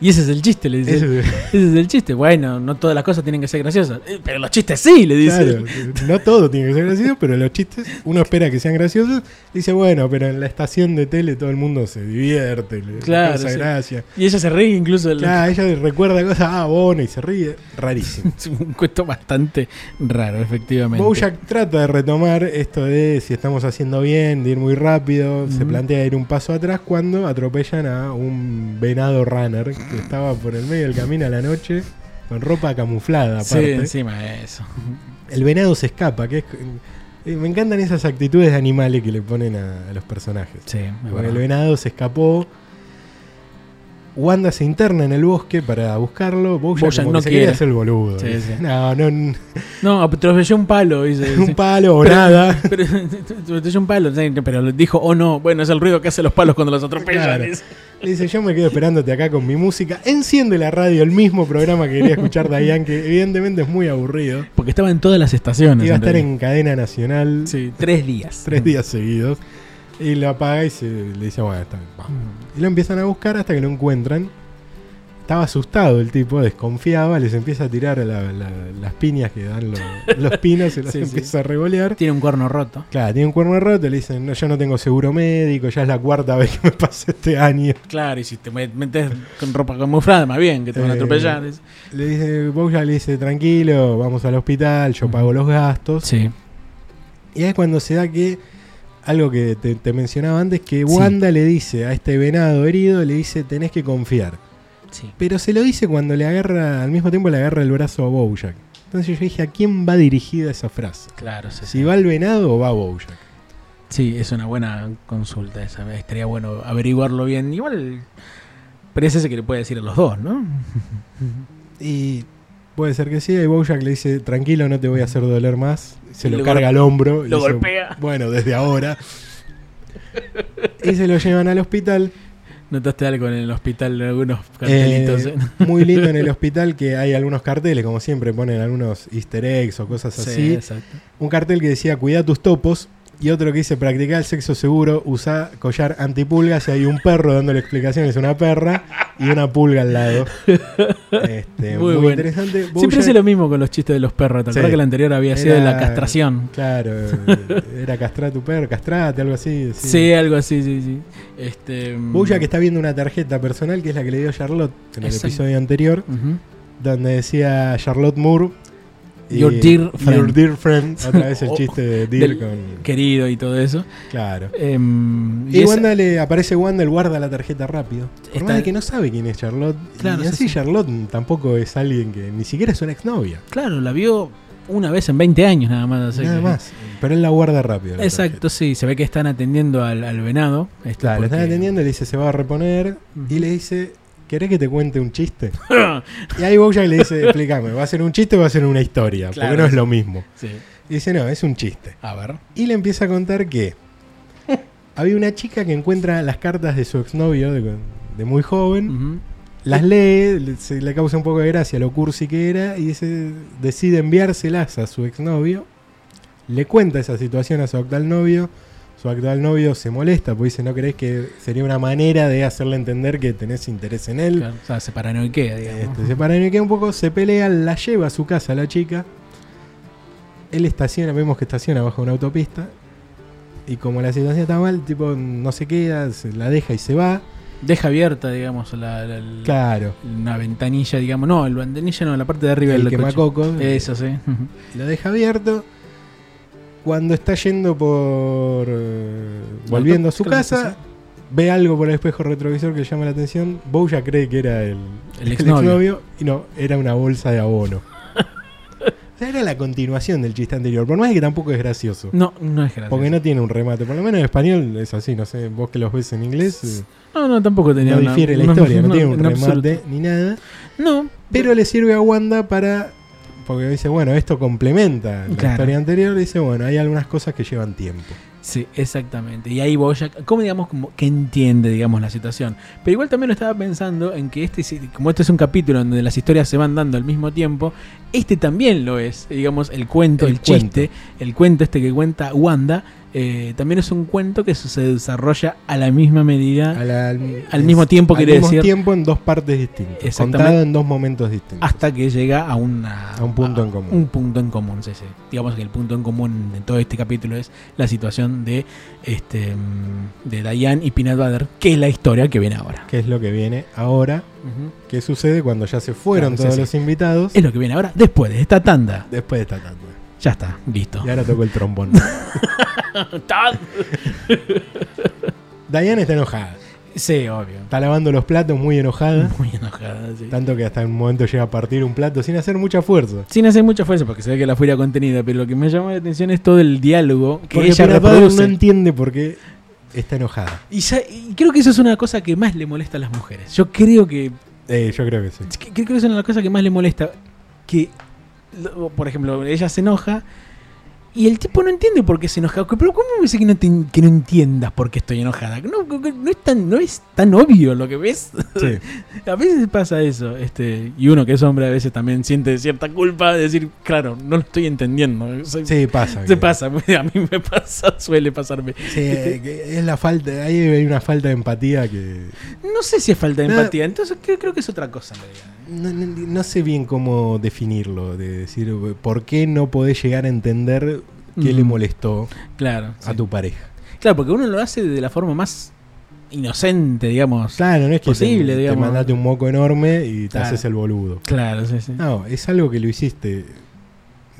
[SPEAKER 2] Y ese es el chiste, le dice.
[SPEAKER 1] Eso-
[SPEAKER 2] Ese es el chiste. Bueno, no todas las cosas tienen que ser graciosas. Eh, Pero los chistes sí, le dice.
[SPEAKER 1] claro, no todo tiene que ser gracioso, pero los chistes uno espera que sean graciosos. Dice, bueno, pero en la estación de tele todo el mundo se divierte, le
[SPEAKER 2] Claro,
[SPEAKER 1] causa
[SPEAKER 2] sí.
[SPEAKER 1] gracia.
[SPEAKER 2] Y ella se ríe incluso. de lo-
[SPEAKER 1] Claro, ella recuerda cosas, ah, bueno, y se ríe. Rarísimo.
[SPEAKER 2] Es un cuento bastante raro, efectivamente.
[SPEAKER 1] Bojack trata de retomar esto de si estamos haciendo bien, de ir muy rápido. Se
[SPEAKER 2] Ujú.
[SPEAKER 1] plantea ir un paso atrás cuando atropellan a un venado runner que estaba por el medio del camino a la noche, Con ropa camuflada,
[SPEAKER 2] Sí,
[SPEAKER 1] aparte.
[SPEAKER 2] encima de eso.
[SPEAKER 1] El venado se escapa, que es- eh, Me encantan esas actitudes de animales que le ponen a, a los personajes.
[SPEAKER 2] Sí, es
[SPEAKER 1] Bueno, el
[SPEAKER 2] verdad.
[SPEAKER 1] venado se escapó. Wanda se interna en el bosque para buscarlo. Bojack,
[SPEAKER 2] Bojack
[SPEAKER 1] como que
[SPEAKER 2] no
[SPEAKER 1] se quiere
[SPEAKER 2] quiere.
[SPEAKER 1] hacer el boludo.
[SPEAKER 2] Sí,
[SPEAKER 1] Dice,
[SPEAKER 2] sí.
[SPEAKER 1] No, no, n-
[SPEAKER 2] No, atropelló un palo, dice.
[SPEAKER 1] un palo o
[SPEAKER 2] Pero-
[SPEAKER 1] nada.
[SPEAKER 2] Pero, atropelló un palo, sí, pero dijo, oh no, bueno, es el ruido que hacen los palos cuando los atropellan.
[SPEAKER 1] Claro.
[SPEAKER 2] dice.
[SPEAKER 1] Le dice, yo me quedo esperándote acá con mi música. Enciende la radio, el mismo programa que quería escuchar Dayan, que evidentemente es muy aburrido.
[SPEAKER 2] Porque estaba en todas las estaciones.
[SPEAKER 1] Iba a
[SPEAKER 2] en
[SPEAKER 1] estar
[SPEAKER 2] realidad.
[SPEAKER 1] en cadena nacional
[SPEAKER 2] Sí, tres días.
[SPEAKER 1] tres días seguidos. Y lo apaga y se, le dice, bueno, está bien, vamos". Y lo empiezan a buscar hasta que lo encuentran. Estaba asustado el tipo, desconfiaba, les empieza a tirar la- la- las piñas que dan los, los pinos, se las
[SPEAKER 2] Sí, sí.
[SPEAKER 1] empieza a revolear.
[SPEAKER 2] Tiene un cuerno roto.
[SPEAKER 1] Claro, tiene un cuerno roto, le dicen, no, yo no tengo seguro médico, ya es la cuarta vez que me pasa este año.
[SPEAKER 2] Claro, y si te met- metes con ropa camuflada, más bien, que te van a
[SPEAKER 1] Eh,
[SPEAKER 2] atropellar. dice.
[SPEAKER 1] Le dice, Bowja le dice, tranquilo, vamos al hospital, yo pago los gastos.
[SPEAKER 2] Sí.
[SPEAKER 1] Y ahí es cuando se da que, algo que te, te mencionaba antes, que
[SPEAKER 2] Sí.
[SPEAKER 1] Wanda le dice a este venado herido, le dice, tenés que confiar.
[SPEAKER 2] Sí.
[SPEAKER 1] Pero se lo dice cuando le agarra, al mismo tiempo le agarra el brazo a Bojack. Entonces yo dije, ¿a quién va dirigida esa frase?
[SPEAKER 2] Claro, sí.
[SPEAKER 1] ¿Si va al venado o va a Bojack?
[SPEAKER 2] Sí, es una buena consulta esa. Estaría bueno averiguarlo bien. Igual parece ese que le puede decir a los dos, ¿no?
[SPEAKER 1] Y puede ser que sí, y Bojack le dice, tranquilo, no te voy a hacer doler más. Se
[SPEAKER 2] Y
[SPEAKER 1] lo,
[SPEAKER 2] lo
[SPEAKER 1] carga al
[SPEAKER 2] gol-
[SPEAKER 1] hombro. y
[SPEAKER 2] lo
[SPEAKER 1] dice,
[SPEAKER 2] golpea.
[SPEAKER 1] Bueno, desde ahora. y se lo llevan al hospital.
[SPEAKER 2] ¿Notaste algo en el hospital de algunos cartelitos?
[SPEAKER 1] Eh,
[SPEAKER 2] eh?
[SPEAKER 1] muy lindo en el hospital que hay algunos carteles, como siempre ponen algunos easter eggs o cosas
[SPEAKER 2] Sí,
[SPEAKER 1] así.
[SPEAKER 2] exacto.
[SPEAKER 1] un cartel que decía cuida tus topos y otro que dice practica el sexo seguro, usa collar antipulgas y hay un perro dándole explicaciones a una perra y una pulga al lado. Este, muy
[SPEAKER 2] Muy bueno.
[SPEAKER 1] interesante.
[SPEAKER 2] Siempre
[SPEAKER 1] Bojack-
[SPEAKER 2] hace lo mismo con los chistes de los perros. ¿Te acuerdas
[SPEAKER 1] Sí.
[SPEAKER 2] que el anterior había sido de la
[SPEAKER 1] Era-
[SPEAKER 2] castración?
[SPEAKER 1] Claro, era castrar a tu perro, castrate, algo así.
[SPEAKER 2] Sí. algo así, sí, sí. Este, mm,
[SPEAKER 1] que está viendo una tarjeta personal que es la que le dio Charlotte en el
[SPEAKER 2] Exacto.
[SPEAKER 1] episodio anterior,
[SPEAKER 2] Ujú.
[SPEAKER 1] donde decía Charlotte Moore. y-
[SPEAKER 2] Your dear
[SPEAKER 1] Your
[SPEAKER 2] friend.
[SPEAKER 1] dear friend. Otra vez el
[SPEAKER 2] O-
[SPEAKER 1] chiste de dear
[SPEAKER 2] del-
[SPEAKER 1] con.
[SPEAKER 2] Querido y todo eso.
[SPEAKER 1] Claro.
[SPEAKER 2] Em,
[SPEAKER 1] Y,
[SPEAKER 2] esa-
[SPEAKER 1] Wanda le aparece Wanda, el guarda la tarjeta rápido. Por
[SPEAKER 2] Está-
[SPEAKER 1] más de que no sabe quién es Charlotte.
[SPEAKER 2] Claro,
[SPEAKER 1] y
[SPEAKER 2] sí,
[SPEAKER 1] así
[SPEAKER 2] sí.
[SPEAKER 1] Charlotte tampoco es alguien que ni siquiera es una exnovia.
[SPEAKER 2] Claro, la vio una vez en 20 años nada más. así
[SPEAKER 1] nada
[SPEAKER 2] que-
[SPEAKER 1] más. Pero él la guarda rápido. la tarjeta.
[SPEAKER 2] Exacto, sí. Se ve que están atendiendo al, al venado. este,
[SPEAKER 1] Claro, la están
[SPEAKER 2] porque-
[SPEAKER 1] atendiendo, le dice se va a reponer.
[SPEAKER 2] Ujú.
[SPEAKER 1] Y le dice, ¿querés que te cuente un chiste? y ahí Bojack le dice, explícame, ¿va a ser un chiste o va a ser una historia?
[SPEAKER 2] Claro.
[SPEAKER 1] Porque no es lo mismo.
[SPEAKER 2] Sí.
[SPEAKER 1] Y dice, no, es un chiste.
[SPEAKER 2] A ver.
[SPEAKER 1] Y le empieza a contar que había una chica que encuentra las cartas de su exnovio de, de muy joven.
[SPEAKER 2] Ujú.
[SPEAKER 1] Las lee, le- se le causa un poco de gracia lo cursi que era y dice- decide enviárselas a su exnovio. Le cuenta esa situación a su actual novio. Su actual novio se molesta porque dice, ¿no crees que sería una manera de hacerle entender que tenés interés en él?
[SPEAKER 2] Claro, o sea, se paranoiquea, digamos.
[SPEAKER 1] Este, se paranoia un poco, se pelean, la lleva a su casa la chica. Él estaciona, vemos que estaciona bajo una autopista. Y como la situación está mal, tipo no se queda, se la deja y se va.
[SPEAKER 2] Deja abierta, digamos, la, la- la-
[SPEAKER 1] Claro.
[SPEAKER 2] una ventanilla, digamos. No, la ventanilla no, la parte de arriba
[SPEAKER 1] El eh,
[SPEAKER 2] del coche.
[SPEAKER 1] quemacocos.
[SPEAKER 2] Eso, sí. Ujú.
[SPEAKER 1] lo deja abierto. Cuando está yendo por. eh, volviendo a su
[SPEAKER 2] Claro,
[SPEAKER 1] casa, ve algo por el espejo retrovisor que le llama la atención. Bouya cree que era el,
[SPEAKER 2] El exnovio.
[SPEAKER 1] y no, era una bolsa de abono. o sea, era la continuación del chiste anterior, por más que tampoco es gracioso.
[SPEAKER 2] No, no es gracioso.
[SPEAKER 1] Porque no tiene un remate, por lo menos en español es así, no sé, vos que los ves en inglés, eh,
[SPEAKER 2] No, no, tampoco tenía
[SPEAKER 1] no
[SPEAKER 2] una-
[SPEAKER 1] difiere la
[SPEAKER 2] no,
[SPEAKER 1] historia, no, tiene un
[SPEAKER 2] en
[SPEAKER 1] remate
[SPEAKER 2] absoluto.
[SPEAKER 1] ni nada.
[SPEAKER 2] No,
[SPEAKER 1] Pero le sirve a Wanda para. Porque dice, bueno, esto complementa la
[SPEAKER 2] Claro.
[SPEAKER 1] historia anterior. Dice, bueno, hay algunas cosas que llevan tiempo.
[SPEAKER 2] sí, exactamente. Y ahí Bojack, como digamos, como que entiende, digamos, la situación. Pero igual también lo estaba pensando en que este, sí- como este es un capítulo en donde las historias se van dando al mismo tiempo, este también lo es, digamos, el cuento, el,
[SPEAKER 1] El cuento.
[SPEAKER 2] chiste, el cuento este que cuenta Wanda, eh, también es un cuento que su- se desarrolla a la misma medida
[SPEAKER 1] A la-
[SPEAKER 2] Ah. al mismo tiempo,
[SPEAKER 1] Al
[SPEAKER 2] quiere
[SPEAKER 1] mismo
[SPEAKER 2] decir.
[SPEAKER 1] tiempo en dos partes distintas.
[SPEAKER 2] Exactamente.
[SPEAKER 1] Contado en dos momentos distintos.
[SPEAKER 2] hasta que llega a, una,
[SPEAKER 1] A un punto en común.
[SPEAKER 2] un punto en común, sí, sí. Digamos que el punto en común de todo este capítulo es la situación de, este, mm, de Diane y Peanut Butter, que es la historia que viene ahora.
[SPEAKER 1] Que es lo que viene ahora. Que sucede cuando ya se fueron
[SPEAKER 2] Claro,
[SPEAKER 1] todos
[SPEAKER 2] sí, sí.
[SPEAKER 1] los invitados.
[SPEAKER 2] Es lo que viene ahora, después de esta tanda.
[SPEAKER 1] Después de esta tanda.
[SPEAKER 2] Ya está, listo.
[SPEAKER 1] Y ahora tocó el trombón. Diana está enojada.
[SPEAKER 2] Sí, obvio.
[SPEAKER 1] Está lavando los platos muy enojada.
[SPEAKER 2] Muy enojada, sí.
[SPEAKER 1] Tanto que hasta un momento llega a partir un plato sin hacer mucha fuerza.
[SPEAKER 2] Sin hacer mucha fuerza, porque se ve que la furia contenida, pero lo que me llama la atención es todo el diálogo que
[SPEAKER 1] Porque
[SPEAKER 2] ella
[SPEAKER 1] Piedad Padre no
[SPEAKER 2] reproduce.
[SPEAKER 1] entiende por qué está enojada.
[SPEAKER 2] y, sa- y creo que eso es una cosa que más le molesta a las mujeres. Yo creo que
[SPEAKER 1] Eh, yo creo que sí.
[SPEAKER 2] Es que- Creo que es una de las cosas que más le molesta. Que, lo- por ejemplo, ella se enoja y el tipo no entiende por qué se enoja. Que, Pero ¿cómo me dice que no, te- que no entiendas por qué estoy enojada? No, que- que no es tan, no es tan obvio lo que ves.
[SPEAKER 1] Sí.
[SPEAKER 2] A veces pasa eso. Este, y uno que es hombre a veces también siente cierta culpa de decir, claro, no lo estoy entendiendo. Soy-
[SPEAKER 1] Sí, pasa.
[SPEAKER 2] Se
[SPEAKER 1] que-
[SPEAKER 2] pasa, a mí me pasa, suele pasarme.
[SPEAKER 1] Sí, eh, que es la falta, ahí hay una falta de empatía que
[SPEAKER 2] No sé si es falta de
[SPEAKER 1] No.
[SPEAKER 2] empatía, entonces creo, creo que es otra cosa en realidad.
[SPEAKER 1] no, no- no sé bien cómo definirlo, de decir por qué no podés llegar a entender qué le
[SPEAKER 2] Ujú.
[SPEAKER 1] molestó
[SPEAKER 2] ¿eh? Claro.
[SPEAKER 1] a
[SPEAKER 2] sí.
[SPEAKER 1] tu pareja.
[SPEAKER 2] Claro, porque uno lo hace de la forma más inocente, digamos.
[SPEAKER 1] Claro, no es que
[SPEAKER 2] Posible,
[SPEAKER 1] te, te
[SPEAKER 2] digamos.
[SPEAKER 1] mandaste un moco enorme y te
[SPEAKER 2] Claro.
[SPEAKER 1] haces el boludo.
[SPEAKER 2] Claro, sí, sí.
[SPEAKER 1] No, es algo que lo hiciste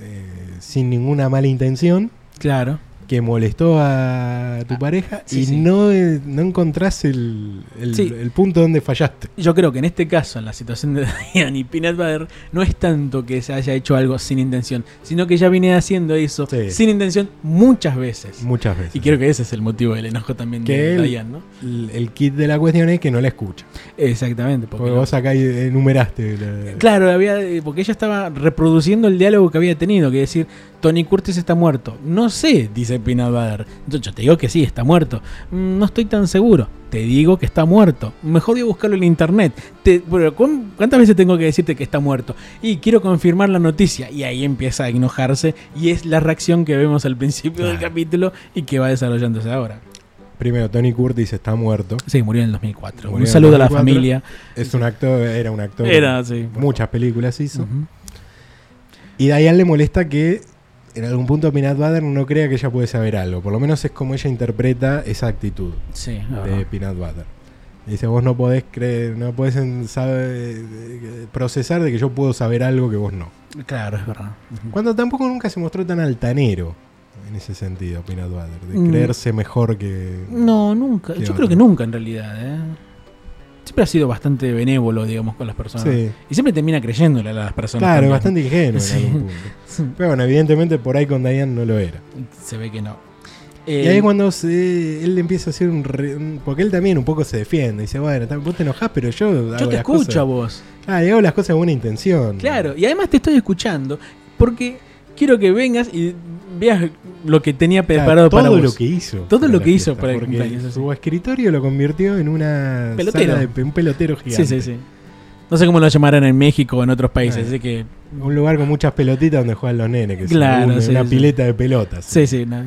[SPEAKER 1] eh, sin ninguna mala intención,
[SPEAKER 2] Claro.
[SPEAKER 1] que molestó a tu
[SPEAKER 2] Ah,
[SPEAKER 1] pareja
[SPEAKER 2] sí,
[SPEAKER 1] y
[SPEAKER 2] sí.
[SPEAKER 1] No, eh, no encontrás el, el-
[SPEAKER 2] Sí.
[SPEAKER 1] el punto donde fallaste.
[SPEAKER 2] Yo creo que en este caso, en la situación de Diane y Peanut Butter, no es tanto que se haya hecho algo sin intención, sino que ya viene haciendo eso
[SPEAKER 1] Sí.
[SPEAKER 2] sin intención muchas veces.
[SPEAKER 1] Muchas veces.
[SPEAKER 2] Y creo que ese es el motivo del enojo también
[SPEAKER 1] Que
[SPEAKER 2] de
[SPEAKER 1] él-
[SPEAKER 2] Diane, ¿no?
[SPEAKER 1] el, el kit de la cuestión es que no la escucha.
[SPEAKER 2] Exactamente. Porque
[SPEAKER 1] Porque
[SPEAKER 2] no-
[SPEAKER 1] vos acá enumeraste. la-
[SPEAKER 2] Claro, había, eh, porque ella estaba reproduciendo el diálogo que había tenido, que decir, Tony Curtis está muerto. No sé, dice Peanut Butter. Yo, yo te digo que sí, está muerto. "Mm, No estoy tan seguro. Te digo que está muerto. Mejor voy a buscarlo en internet. Te, bueno, ¿cuán- ¿Cuántas veces tengo que decirte que está muerto? Y quiero confirmar la noticia. Y ahí empieza a enojarse y es la reacción que vemos al principio del
[SPEAKER 1] Claro.
[SPEAKER 2] capítulo y que va desarrollándose ahora.
[SPEAKER 1] Primero, Tony Curtis está muerto.
[SPEAKER 2] Sí, murió en el 2004.
[SPEAKER 1] Murió en
[SPEAKER 2] Un
[SPEAKER 1] el
[SPEAKER 2] saludo a la
[SPEAKER 1] 2004.
[SPEAKER 2] familia.
[SPEAKER 1] Es un actor, era un actor.
[SPEAKER 2] Era, sí.
[SPEAKER 1] Muchas películas hizo.
[SPEAKER 2] Ujú.
[SPEAKER 1] Y Diane le molesta que en algún punto Peanut Butter no crea que ella puede saber algo. Por lo menos es como ella interpreta esa actitud
[SPEAKER 2] Sí,
[SPEAKER 1] de Peanut Butter. Dice, vos no podés creer, no podés en- sabe- eh, procesar de que yo puedo saber algo que vos no.
[SPEAKER 2] claro, es verdad. Ujú.
[SPEAKER 1] Cuando tampoco nunca se mostró tan altanero en ese sentido, Peanut Butter, de
[SPEAKER 2] Mm.
[SPEAKER 1] creerse mejor que...
[SPEAKER 2] No, nunca.
[SPEAKER 1] ¿Qué
[SPEAKER 2] Yo
[SPEAKER 1] otro?
[SPEAKER 2] creo que nunca en realidad. ¿eh? Siempre ha sido bastante benévolo, digamos, con las personas.
[SPEAKER 1] Sí.
[SPEAKER 2] Y siempre termina creyéndole a las personas.
[SPEAKER 1] Claro,
[SPEAKER 2] también.
[SPEAKER 1] bastante ingenuo
[SPEAKER 2] Sí.
[SPEAKER 1] en algún punto. Pero bueno, evidentemente por ahí con Diane no lo era.
[SPEAKER 2] Se ve que no. Eh,
[SPEAKER 1] Y ahí cuando se- él empieza a hacer un, re- un- Porque él también un poco se defiende. Dice, bueno, tam- vos te enojás, pero yo... hago
[SPEAKER 2] yo
[SPEAKER 1] las
[SPEAKER 2] te escucho
[SPEAKER 1] Cosas.
[SPEAKER 2] a
[SPEAKER 1] Mm.
[SPEAKER 2] vos.
[SPEAKER 1] Ah, y hago las cosas con buena intención.
[SPEAKER 2] Claro, y además te estoy escuchando porque quiero que vengas y veas lo que tenía
[SPEAKER 1] Claro,
[SPEAKER 2] preparado
[SPEAKER 1] todo
[SPEAKER 2] para vos.
[SPEAKER 1] lo que hizo.
[SPEAKER 2] Todo lo
[SPEAKER 1] la
[SPEAKER 2] que hizo
[SPEAKER 1] fiesta,
[SPEAKER 2] para el
[SPEAKER 1] porque
[SPEAKER 2] cumpleaños, así.
[SPEAKER 1] Su escritorio lo convirtió en una...
[SPEAKER 2] Pelotero.
[SPEAKER 1] sala de pe- un pelotero
[SPEAKER 2] sí,
[SPEAKER 1] gigante.
[SPEAKER 2] sí, sí. No sé cómo lo llamarán en México o en otros países,
[SPEAKER 1] Ah.
[SPEAKER 2] así que...
[SPEAKER 1] Un lugar con muchas pelotitas donde juegan los nenes. Que
[SPEAKER 2] Claro,
[SPEAKER 1] una,
[SPEAKER 2] sí,
[SPEAKER 1] una
[SPEAKER 2] sí.
[SPEAKER 1] pileta de pelotas.
[SPEAKER 2] Sí, sí, no.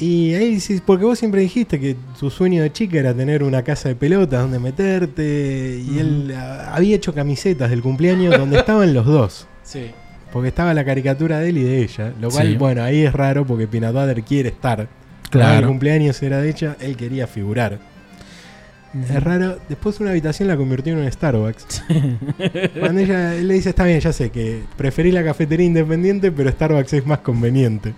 [SPEAKER 1] Y ahí sí, porque vos siempre dijiste que tu sueño de chica era tener una casa de pelotas donde meterte. Y
[SPEAKER 2] Ujú.
[SPEAKER 1] él ah, había hecho camisetas del cumpleaños donde estaban los dos.
[SPEAKER 2] Sí.
[SPEAKER 1] Porque estaba la caricatura de él y de ella. Lo cual,
[SPEAKER 2] Sí.
[SPEAKER 1] bueno, ahí es raro porque Peanut Butter quiere estar. Ah, El
[SPEAKER 2] Claro.
[SPEAKER 1] cumpleaños era de ella, él quería figurar. Es raro. Después una habitación la convirtió en un Starbucks. Cuando ella él le dice, está bien, ya sé que preferí la cafetería independiente, pero Starbucks es más conveniente.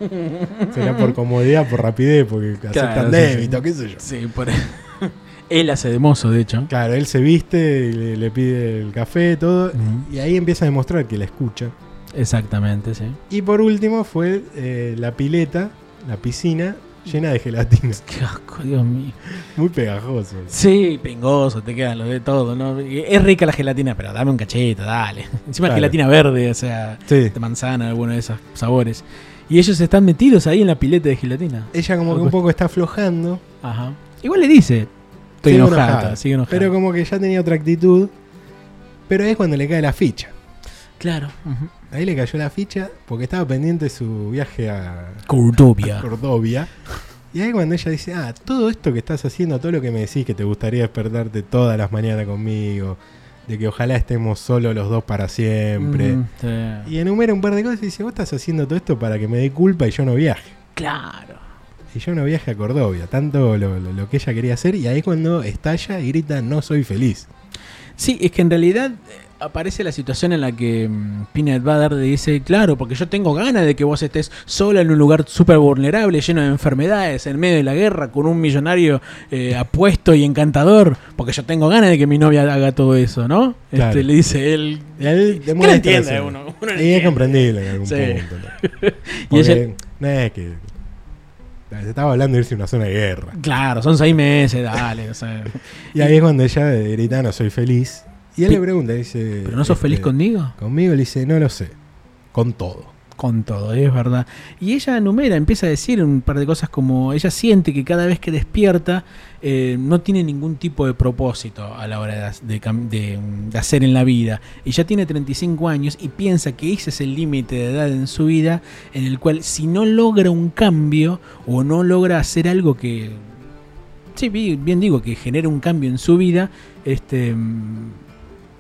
[SPEAKER 1] Será por comodidad, por rapidez, porque aceptan
[SPEAKER 2] sí, sí.
[SPEAKER 1] débito, qué sé yo.
[SPEAKER 2] Sí, por... Él hace de mozo, de hecho.
[SPEAKER 1] Claro, él se viste, y le, le pide el café, todo.
[SPEAKER 2] Ujú.
[SPEAKER 1] Y ahí empieza a demostrar que la escucha.
[SPEAKER 2] Exactamente, sí.
[SPEAKER 1] Y por último fue eh, la pileta, la piscina, llena de gelatina.
[SPEAKER 2] Qué asco, Dios mío.
[SPEAKER 1] Muy pegajoso.
[SPEAKER 2] Sí, pingoso, te quedan los de todo, ¿no? Es rica la gelatina, pero dame un cachete, dale. Encima
[SPEAKER 1] Claro.
[SPEAKER 2] gelatina verde, o sea,
[SPEAKER 1] Sí.
[SPEAKER 2] de manzana, alguno de esos sabores. Y ellos están metidos ahí en la pileta de gelatina.
[SPEAKER 1] Ella como que un poco está aflojando,
[SPEAKER 2] Ajá. Igual le dice, estoy
[SPEAKER 1] Sigue
[SPEAKER 2] enojada,
[SPEAKER 1] enojada,
[SPEAKER 2] sigue enojada.
[SPEAKER 1] pero como que ya tenía otra actitud. Pero ahí es cuando le cae la ficha.
[SPEAKER 2] Claro.
[SPEAKER 1] Ahí le cayó la ficha porque estaba pendiente su viaje a
[SPEAKER 2] Cordobia.
[SPEAKER 1] Cordovia. Y ahí cuando ella dice, ah, todo esto que estás haciendo, todo lo que me decís que te gustaría despertarte todas las mañanas conmigo, de que ojalá estemos solo los dos para siempre.
[SPEAKER 2] Mm, sí.
[SPEAKER 1] Y enumera un par de cosas y dice, vos estás haciendo todo esto para que me dé culpa y yo no viaje.
[SPEAKER 2] Claro.
[SPEAKER 1] Y yo no viaje a Cordovia, tanto lo, lo- lo que ella quería hacer, y ahí es cuando estalla y grita, no soy feliz.
[SPEAKER 2] Sí, es que en realidad eh, aparece la situación en la que mm, Peanut Butter le dice, claro, porque yo tengo ganas de que vos estés sola en un lugar súper vulnerable, lleno de enfermedades, en medio de la guerra, con un millonario eh, apuesto y encantador, porque yo tengo ganas de que mi novia haga todo eso, ¿no? Este,
[SPEAKER 1] Claro.
[SPEAKER 2] le dice él...
[SPEAKER 1] Y a él
[SPEAKER 2] ¿Qué
[SPEAKER 1] demuestra
[SPEAKER 2] le entiende
[SPEAKER 1] eso.
[SPEAKER 2] uno? Uno no
[SPEAKER 1] Y es
[SPEAKER 2] entiende.
[SPEAKER 1] comprendible en algún
[SPEAKER 2] Sí.
[SPEAKER 1] punto. ¿no?
[SPEAKER 2] Y
[SPEAKER 1] Porque,
[SPEAKER 2] ella-
[SPEAKER 1] no es que. Se estaba hablando de irse a una zona de guerra.
[SPEAKER 2] Claro, son seis meses, dale. o sea,
[SPEAKER 1] Y ahí es cuando ella grita, no soy feliz. Y él
[SPEAKER 2] Pi-
[SPEAKER 1] le pregunta, dice.
[SPEAKER 2] ¿Pero no sos
[SPEAKER 1] este,
[SPEAKER 2] feliz conmigo?
[SPEAKER 1] Conmigo le dice, no lo sé. Con todo.
[SPEAKER 2] Con todo, ¿eh? es verdad. Y ella enumera, empieza a decir un par de cosas como ella siente que cada vez que despierta eh, no tiene ningún tipo de propósito a la hora de, ha- de cam- de, mm, de hacer en la vida. Y ya tiene 35 años y piensa que ese es el límite de edad en su vida en el cual si no logra un cambio o no logra hacer algo que... Sí, bi- bien digo, que genere un cambio en su vida, este... mm,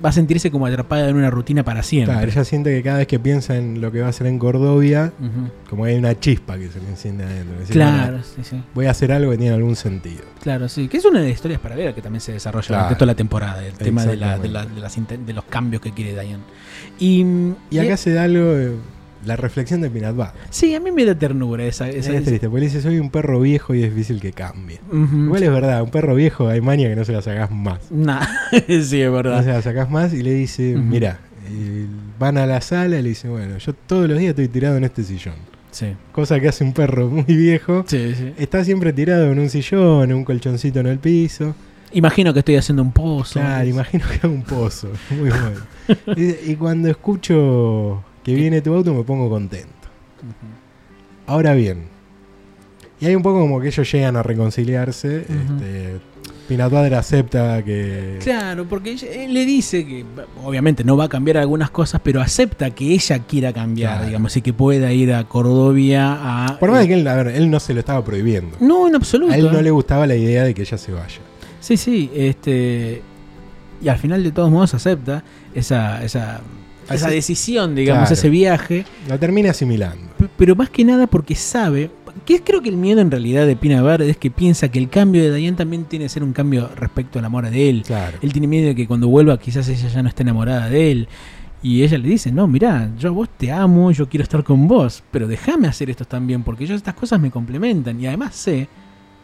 [SPEAKER 2] Va a sentirse como atrapada en una rutina para siempre.
[SPEAKER 1] Claro, ella siente que cada vez que piensa en lo que va a hacer en Cordovia,
[SPEAKER 2] Ujú.
[SPEAKER 1] como hay una chispa que se le enciende adentro. Decir,
[SPEAKER 2] Claro,
[SPEAKER 1] "Bueno,
[SPEAKER 2] sí, sí.
[SPEAKER 1] voy a hacer algo que tiene algún sentido.
[SPEAKER 2] Claro, sí. Que es una de las historias paralelas que también se desarrolla
[SPEAKER 1] Claro.
[SPEAKER 2] durante toda la temporada. El tema de, la- de la-
[SPEAKER 1] Exactamente.
[SPEAKER 2] de las inte- de los cambios que quiere Diane. Y,
[SPEAKER 1] Y acá se da algo, eh, la reflexión de Pinat Bad.
[SPEAKER 2] Sí, a mí me da ternura esa.
[SPEAKER 1] Es
[SPEAKER 2] esa
[SPEAKER 1] triste, porque le dice, soy un perro viejo y es difícil que cambie.
[SPEAKER 2] Ujú.
[SPEAKER 1] Igual es verdad, un perro viejo hay maña que no se la sacás más.
[SPEAKER 2] Nah, sí, es
[SPEAKER 1] No
[SPEAKER 2] verdad.
[SPEAKER 1] se la sacás más y le dice,
[SPEAKER 2] Ujú.
[SPEAKER 1] mira, van a la sala y le dice, bueno, yo todos los días estoy tirado en este sillón.
[SPEAKER 2] Sí,
[SPEAKER 1] Cosa que hace un perro muy viejo.
[SPEAKER 2] sí, sí.
[SPEAKER 1] Está siempre tirado en un sillón, en un colchoncito en el piso.
[SPEAKER 2] Imagino que estoy haciendo un pozo.
[SPEAKER 1] Claro, imagino que es un pozo. Muy bueno. y, y cuando escucho que viene tu auto me pongo contento.
[SPEAKER 2] Ujú.
[SPEAKER 1] Ahora bien, y hay un poco como que ellos llegan a reconciliarse.
[SPEAKER 2] Ujú.
[SPEAKER 1] este, Peanut Butter acepta que...
[SPEAKER 2] Claro, porque ella- él le dice que obviamente no va a cambiar algunas cosas, pero acepta que ella quiera cambiar,
[SPEAKER 1] Claro.
[SPEAKER 2] digamos, y que pueda ir a Cordovia a... eh,
[SPEAKER 1] Por más de que él, a ver, él no se lo estaba prohibiendo.
[SPEAKER 2] No, en absoluto.
[SPEAKER 1] A él no
[SPEAKER 2] ¿eh?
[SPEAKER 1] le gustaba la idea de que ella se vaya.
[SPEAKER 2] Sí, sí, este. Y al final, de todos modos, acepta esa, esa, esa
[SPEAKER 1] Así-
[SPEAKER 2] decisión, digamos,
[SPEAKER 1] Claro.
[SPEAKER 2] ese viaje.
[SPEAKER 1] La termina asimilando.
[SPEAKER 2] p- Pero más que nada porque sabe. Que creo que el miedo en realidad de Pina Verde es que piensa que el cambio de Diane también tiene que ser un cambio respecto al amor de él.
[SPEAKER 1] Claro.
[SPEAKER 2] Él tiene miedo de que cuando vuelva quizás ella ya no esté enamorada de él. Y ella le dice, no, mirá, yo a vos te amo, yo quiero estar con vos, pero déjame hacer esto también, porque yo estas cosas me complementan. Y además sé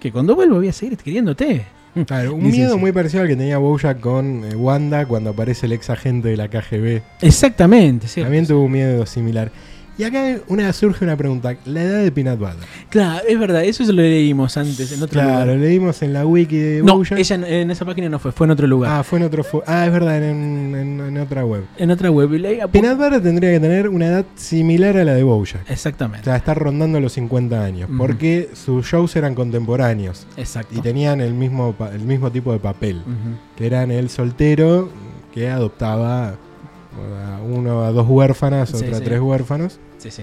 [SPEAKER 2] que cuando vuelva voy a seguir queriéndote.
[SPEAKER 1] Claro, un
[SPEAKER 2] Sí, sí,
[SPEAKER 1] miedo
[SPEAKER 2] sí.
[SPEAKER 1] muy parecido al que tenía Bojack con eh, Wanda cuando aparece el ex agente de la KGB.
[SPEAKER 2] Exactamente, ¿cierto?
[SPEAKER 1] También tuvo un miedo similar. Y acá una, surge una pregunta. La edad de Peanut Butter.
[SPEAKER 2] Claro, es verdad, eso se lo leímos antes, en otro
[SPEAKER 1] Claro,
[SPEAKER 2] lugar.
[SPEAKER 1] leímos en la wiki de
[SPEAKER 2] No,
[SPEAKER 1] Bojack.
[SPEAKER 2] ella en- en esa página no fue, fue en otro lugar.
[SPEAKER 1] Ah, fue en otro... fo- Ah, es verdad, en, en- en otra web.
[SPEAKER 2] En otra web. y le-
[SPEAKER 1] Peanut Butter tendría que tener una edad similar a la de Bojack.
[SPEAKER 2] Exactamente,
[SPEAKER 1] O sea, estar rondando los 50 años.
[SPEAKER 2] Ujú.
[SPEAKER 1] Porque sus shows eran contemporáneos.
[SPEAKER 2] exacto.
[SPEAKER 1] Y tenían el mismo, pa- el mismo tipo de papel.
[SPEAKER 2] Ujú.
[SPEAKER 1] que eran el soltero que adoptaba a uno a dos huérfanas,
[SPEAKER 2] Sí,
[SPEAKER 1] otra a
[SPEAKER 2] sí.
[SPEAKER 1] tres huérfanos.
[SPEAKER 2] Sí, sí.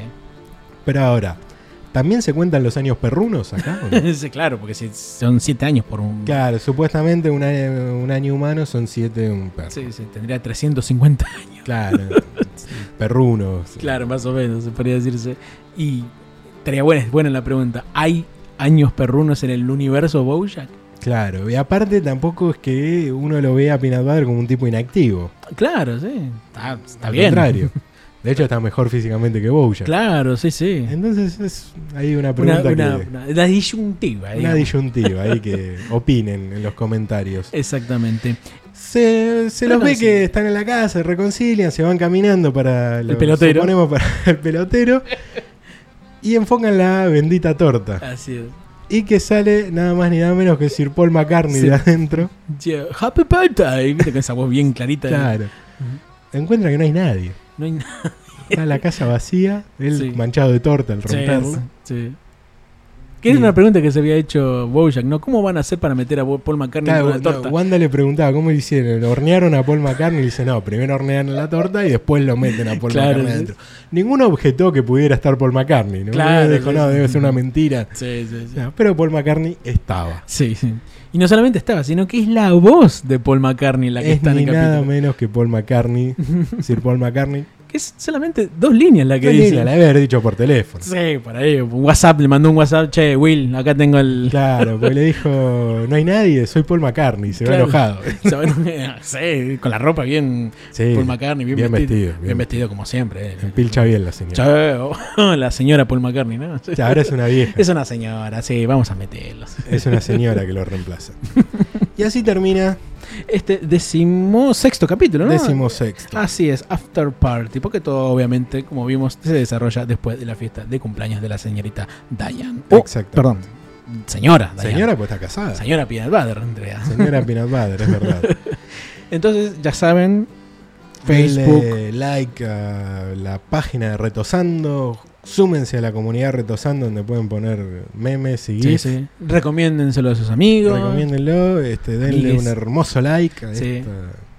[SPEAKER 1] Pero ahora, ¿también se cuentan los años perrunos acá? o no?
[SPEAKER 2] Sí, claro, porque si son siete años por un...
[SPEAKER 1] claro, supuestamente un año, un año humano son siete de un perro.
[SPEAKER 2] Sí, sí, tendría 350 años.
[SPEAKER 1] Claro, perrunos.
[SPEAKER 2] Claro, más o menos, se podría decirse. Y estaría buena, es buena la pregunta. ¿Hay años perrunos en el universo Bojack?
[SPEAKER 1] Claro, y aparte tampoco es que uno lo vea a Peanut Butter como un tipo inactivo.
[SPEAKER 2] Claro, sí. Está, está
[SPEAKER 1] al
[SPEAKER 2] bien.
[SPEAKER 1] contrario. De hecho, está mejor físicamente que Bojack.
[SPEAKER 2] Claro, sí, sí.
[SPEAKER 1] Entonces, es ahí una
[SPEAKER 2] Una,
[SPEAKER 1] pregunta
[SPEAKER 2] una,
[SPEAKER 1] que...
[SPEAKER 2] una- la disyuntiva.
[SPEAKER 1] Una
[SPEAKER 2] digamos.
[SPEAKER 1] disyuntiva ahí que opinen en los comentarios.
[SPEAKER 2] Eh, Exactamente.
[SPEAKER 1] Se, se los ve
[SPEAKER 2] Reconcilian.
[SPEAKER 1] que están en la casa, se reconcilian, se van caminando para lo-
[SPEAKER 2] pelotero.
[SPEAKER 1] suponemos para el pelotero. Y enfocan la bendita torta.
[SPEAKER 2] Así es.
[SPEAKER 1] Y que sale nada más ni nada menos que Sir Paul McCartney
[SPEAKER 2] Sí.
[SPEAKER 1] de adentro.
[SPEAKER 2] Yeah, Happy birthday. Viste con esa voz bien clarita.
[SPEAKER 1] Claro. Encuentran que no hay nadie.
[SPEAKER 2] No hay nada.
[SPEAKER 1] Está la casa vacía, él
[SPEAKER 2] Sí.
[SPEAKER 1] manchado de torta al romperla.
[SPEAKER 2] Sí. Que era
[SPEAKER 1] Sí.
[SPEAKER 2] una pregunta que se había hecho Bojack, ¿no? ¿Cómo van a hacer para meter a Bo- Paul McCartney
[SPEAKER 1] Claro,
[SPEAKER 2] en
[SPEAKER 1] no,
[SPEAKER 2] una torta?
[SPEAKER 1] Wanda le preguntaba cómo lo hicieron. ¿Lo Hornearon a Paul McCartney y dice: No, primero hornean la torta y después lo meten a Paul
[SPEAKER 2] Claro,
[SPEAKER 1] McCartney
[SPEAKER 2] sí.
[SPEAKER 1] adentro. Ninguno objetó que pudiera estar Paul McCartney. ¿no?
[SPEAKER 2] Claro,
[SPEAKER 1] Uno dijo:
[SPEAKER 2] sí,
[SPEAKER 1] No,
[SPEAKER 2] sí.
[SPEAKER 1] debe ser una mentira.
[SPEAKER 2] Sí, sí,
[SPEAKER 1] O
[SPEAKER 2] sí.
[SPEAKER 1] sea, pero Paul McCartney estaba.
[SPEAKER 2] Sí, sí. Y no solamente estaba, sino que es la voz de Paul McCartney la que
[SPEAKER 1] es
[SPEAKER 2] está en
[SPEAKER 1] ni
[SPEAKER 2] el
[SPEAKER 1] nada
[SPEAKER 2] capítulo.
[SPEAKER 1] menos que Paul McCartney, Sir Paul McCartney.
[SPEAKER 2] es solamente dos líneas la que
[SPEAKER 1] Qué
[SPEAKER 2] dice.
[SPEAKER 1] lindo, la haber dicho por teléfono.
[SPEAKER 2] Sí, por ahí. un WhatsApp, le mandó un WhatsApp, che, Will, acá tengo el.
[SPEAKER 1] Claro, porque le dijo, no hay nadie, soy Paul McCartney, se
[SPEAKER 2] Claro.
[SPEAKER 1] va enojado.
[SPEAKER 2] Se va en- sí, con la ropa bien.
[SPEAKER 1] Sí,
[SPEAKER 2] Paul McCartney, bien,
[SPEAKER 1] bien
[SPEAKER 2] vestido.
[SPEAKER 1] vestido,
[SPEAKER 2] Bien.
[SPEAKER 1] bien.
[SPEAKER 2] vestido como siempre. eh.
[SPEAKER 1] empilcha bien la señora.
[SPEAKER 2] Chao, la señora Paul McCartney, ¿no?
[SPEAKER 1] O sea, ahora es una vieja,
[SPEAKER 2] Es una señora, sí, vamos a meterlos.
[SPEAKER 1] es una señora que lo reemplaza. Y así termina
[SPEAKER 2] Este decimosexto sexto capítulo, ¿no? Ah,
[SPEAKER 1] decimosexto.
[SPEAKER 2] Así es, After Party, porque todo obviamente, como vimos, se desarrolla después de la fiesta de cumpleaños de la señorita Diane. O,
[SPEAKER 1] Oh, Exacto.
[SPEAKER 2] oh, Perdón, señora Diane.
[SPEAKER 1] Señora, pues está casada.
[SPEAKER 2] Señora Pinal Bader, en realidad.
[SPEAKER 1] Señora Peanut Butter, es verdad.
[SPEAKER 2] Entonces, ya saben, Facebook.
[SPEAKER 1] Facebook. like a la página de Retosando. Súmense a la comunidad Retosando donde pueden poner memes y
[SPEAKER 2] Sí,
[SPEAKER 1] gifs.
[SPEAKER 2] sí. Recomiéndenselo a sus amigos.
[SPEAKER 1] Recomiéndenlo, este, denle
[SPEAKER 2] Amigues.
[SPEAKER 1] un hermoso like a,
[SPEAKER 2] Sí.
[SPEAKER 1] esta-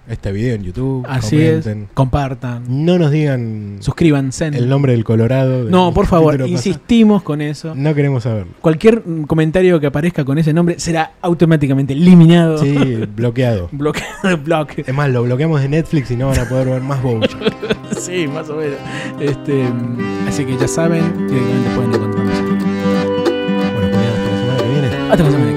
[SPEAKER 1] a este video en YouTube.
[SPEAKER 2] Así
[SPEAKER 1] comenten.
[SPEAKER 2] es. Compartan.
[SPEAKER 1] No nos digan
[SPEAKER 2] Suscríbanse.
[SPEAKER 1] Mm. el nombre del Colorado. del
[SPEAKER 2] no, por favor,
[SPEAKER 1] capítulo pasado.
[SPEAKER 2] insistimos con eso.
[SPEAKER 1] No queremos saberlo.
[SPEAKER 2] Cualquier mm, comentario que aparezca con ese nombre será automáticamente eliminado.
[SPEAKER 1] Sí, bloqueado.
[SPEAKER 2] Bloqueado de bloque.
[SPEAKER 1] Es más, lo bloqueamos de Netflix y no van a poder ver más Bojack.
[SPEAKER 2] Sí, más o menos. Este, mm, así que ya saben, directamente pueden encontrarnos.
[SPEAKER 1] Bueno, cuidado, hasta la semana que viene.
[SPEAKER 2] Hasta la semana que viene.